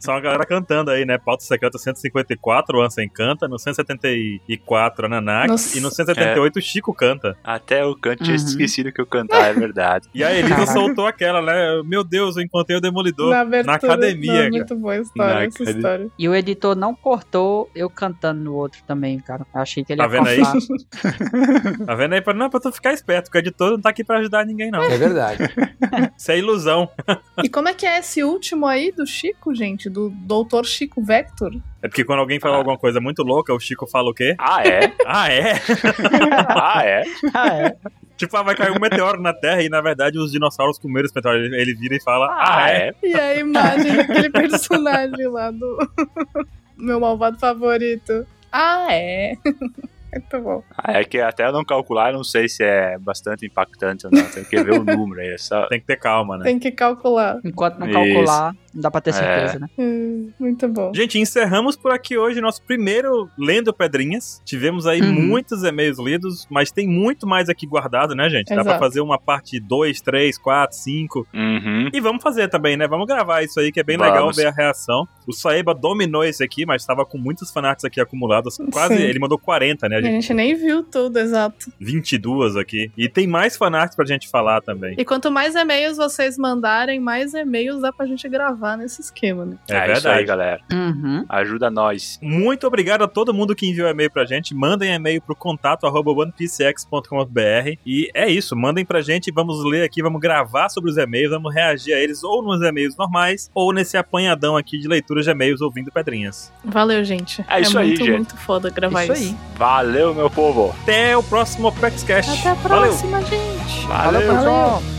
Só uma galera cantando aí, né? Pauta Secreta 154, o Ansem canta. No 174, a Nanax. Nossa. E no 178, o Chico canta. Até o canto tinha Uhum. esquecido que eu cantar, é verdade. E a Elisa Caraca. soltou aquela, né? Meu Deus, eu encontrei o Demolidor. abertura. academia, Não, é cara. muito boa a história, Na essa academia. história. E o editor não cortou eu cantando no outro também, cara. Eu achei que ele Tá ia vendo aí? cortar. Tá vendo aí? Pra- Não, pra tu ficar esperto, que o editor não tá aqui pra ajudar ninguém, não. É verdade. Isso é ilusão. E como é que é esse último aí do Chico, gente? Do Doutor Chico Vector? É porque quando alguém fala Ah. alguma coisa muito louca, o Chico fala o quê? Ah, é? Ah, é? Ah, é? Ah, é. tipo, ah, vai cair um meteoro na Terra e, na verdade, os dinossauros comeram esse meteoro. Ele, ele vira e fala, ah, é? E a imagem daquele personagem lá do meu malvado favorito. Ah, é. Muito bom. Ah, é que até eu não calcular, eu não sei se é bastante impactante ou não. Tem que ver o número aí. é Só... Tem que ter calma, né? Tem que calcular. Enquanto não Isso. calcular, não dá pra ter É. certeza, né? Hum, Muito bom. Gente, encerramos por aqui hoje nosso primeiro Lendo Pedrinhas. Tivemos aí Uhum. muitos e-mails lidos, mas tem muito mais aqui guardado, né, gente? Dá pra Exato. fazer uma parte 2, 3, 4, 5. Uhum. E vamos fazer também, né? Vamos gravar isso aí, que é bem Vamos. legal ver a reação. O Saeba dominou esse aqui, mas tava com muitos fanarts aqui acumulados. Quase, Sim. É. ele mandou 40, né? A A gente, gente nem viu tudo, exato. 22 aqui. E tem mais fanarts pra gente falar também. E quanto mais e-mails vocês mandarem, mais e-mails dá pra gente gravar nesse esquema, né? É, é isso verdade. aí, galera. Uhum. Ajuda nós. Muito obrigado a todo mundo que enviou e-mail pra gente. Mandem e-mail pro contato arroba onepcx.com.br e é isso, mandem pra gente, vamos ler aqui, vamos gravar sobre os e-mails, vamos reagir a eles ou nos e-mails normais ou nesse apanhadão aqui de leitura de e-mails ouvindo pedrinhas. Valeu, gente. É isso aí, muito, gente. muito foda gravar Isso isso. aí. Valeu, meu povo. Até o próximo Opex Cash. Até a Valeu! próxima, gente. Valeu, Valeu. pessoal.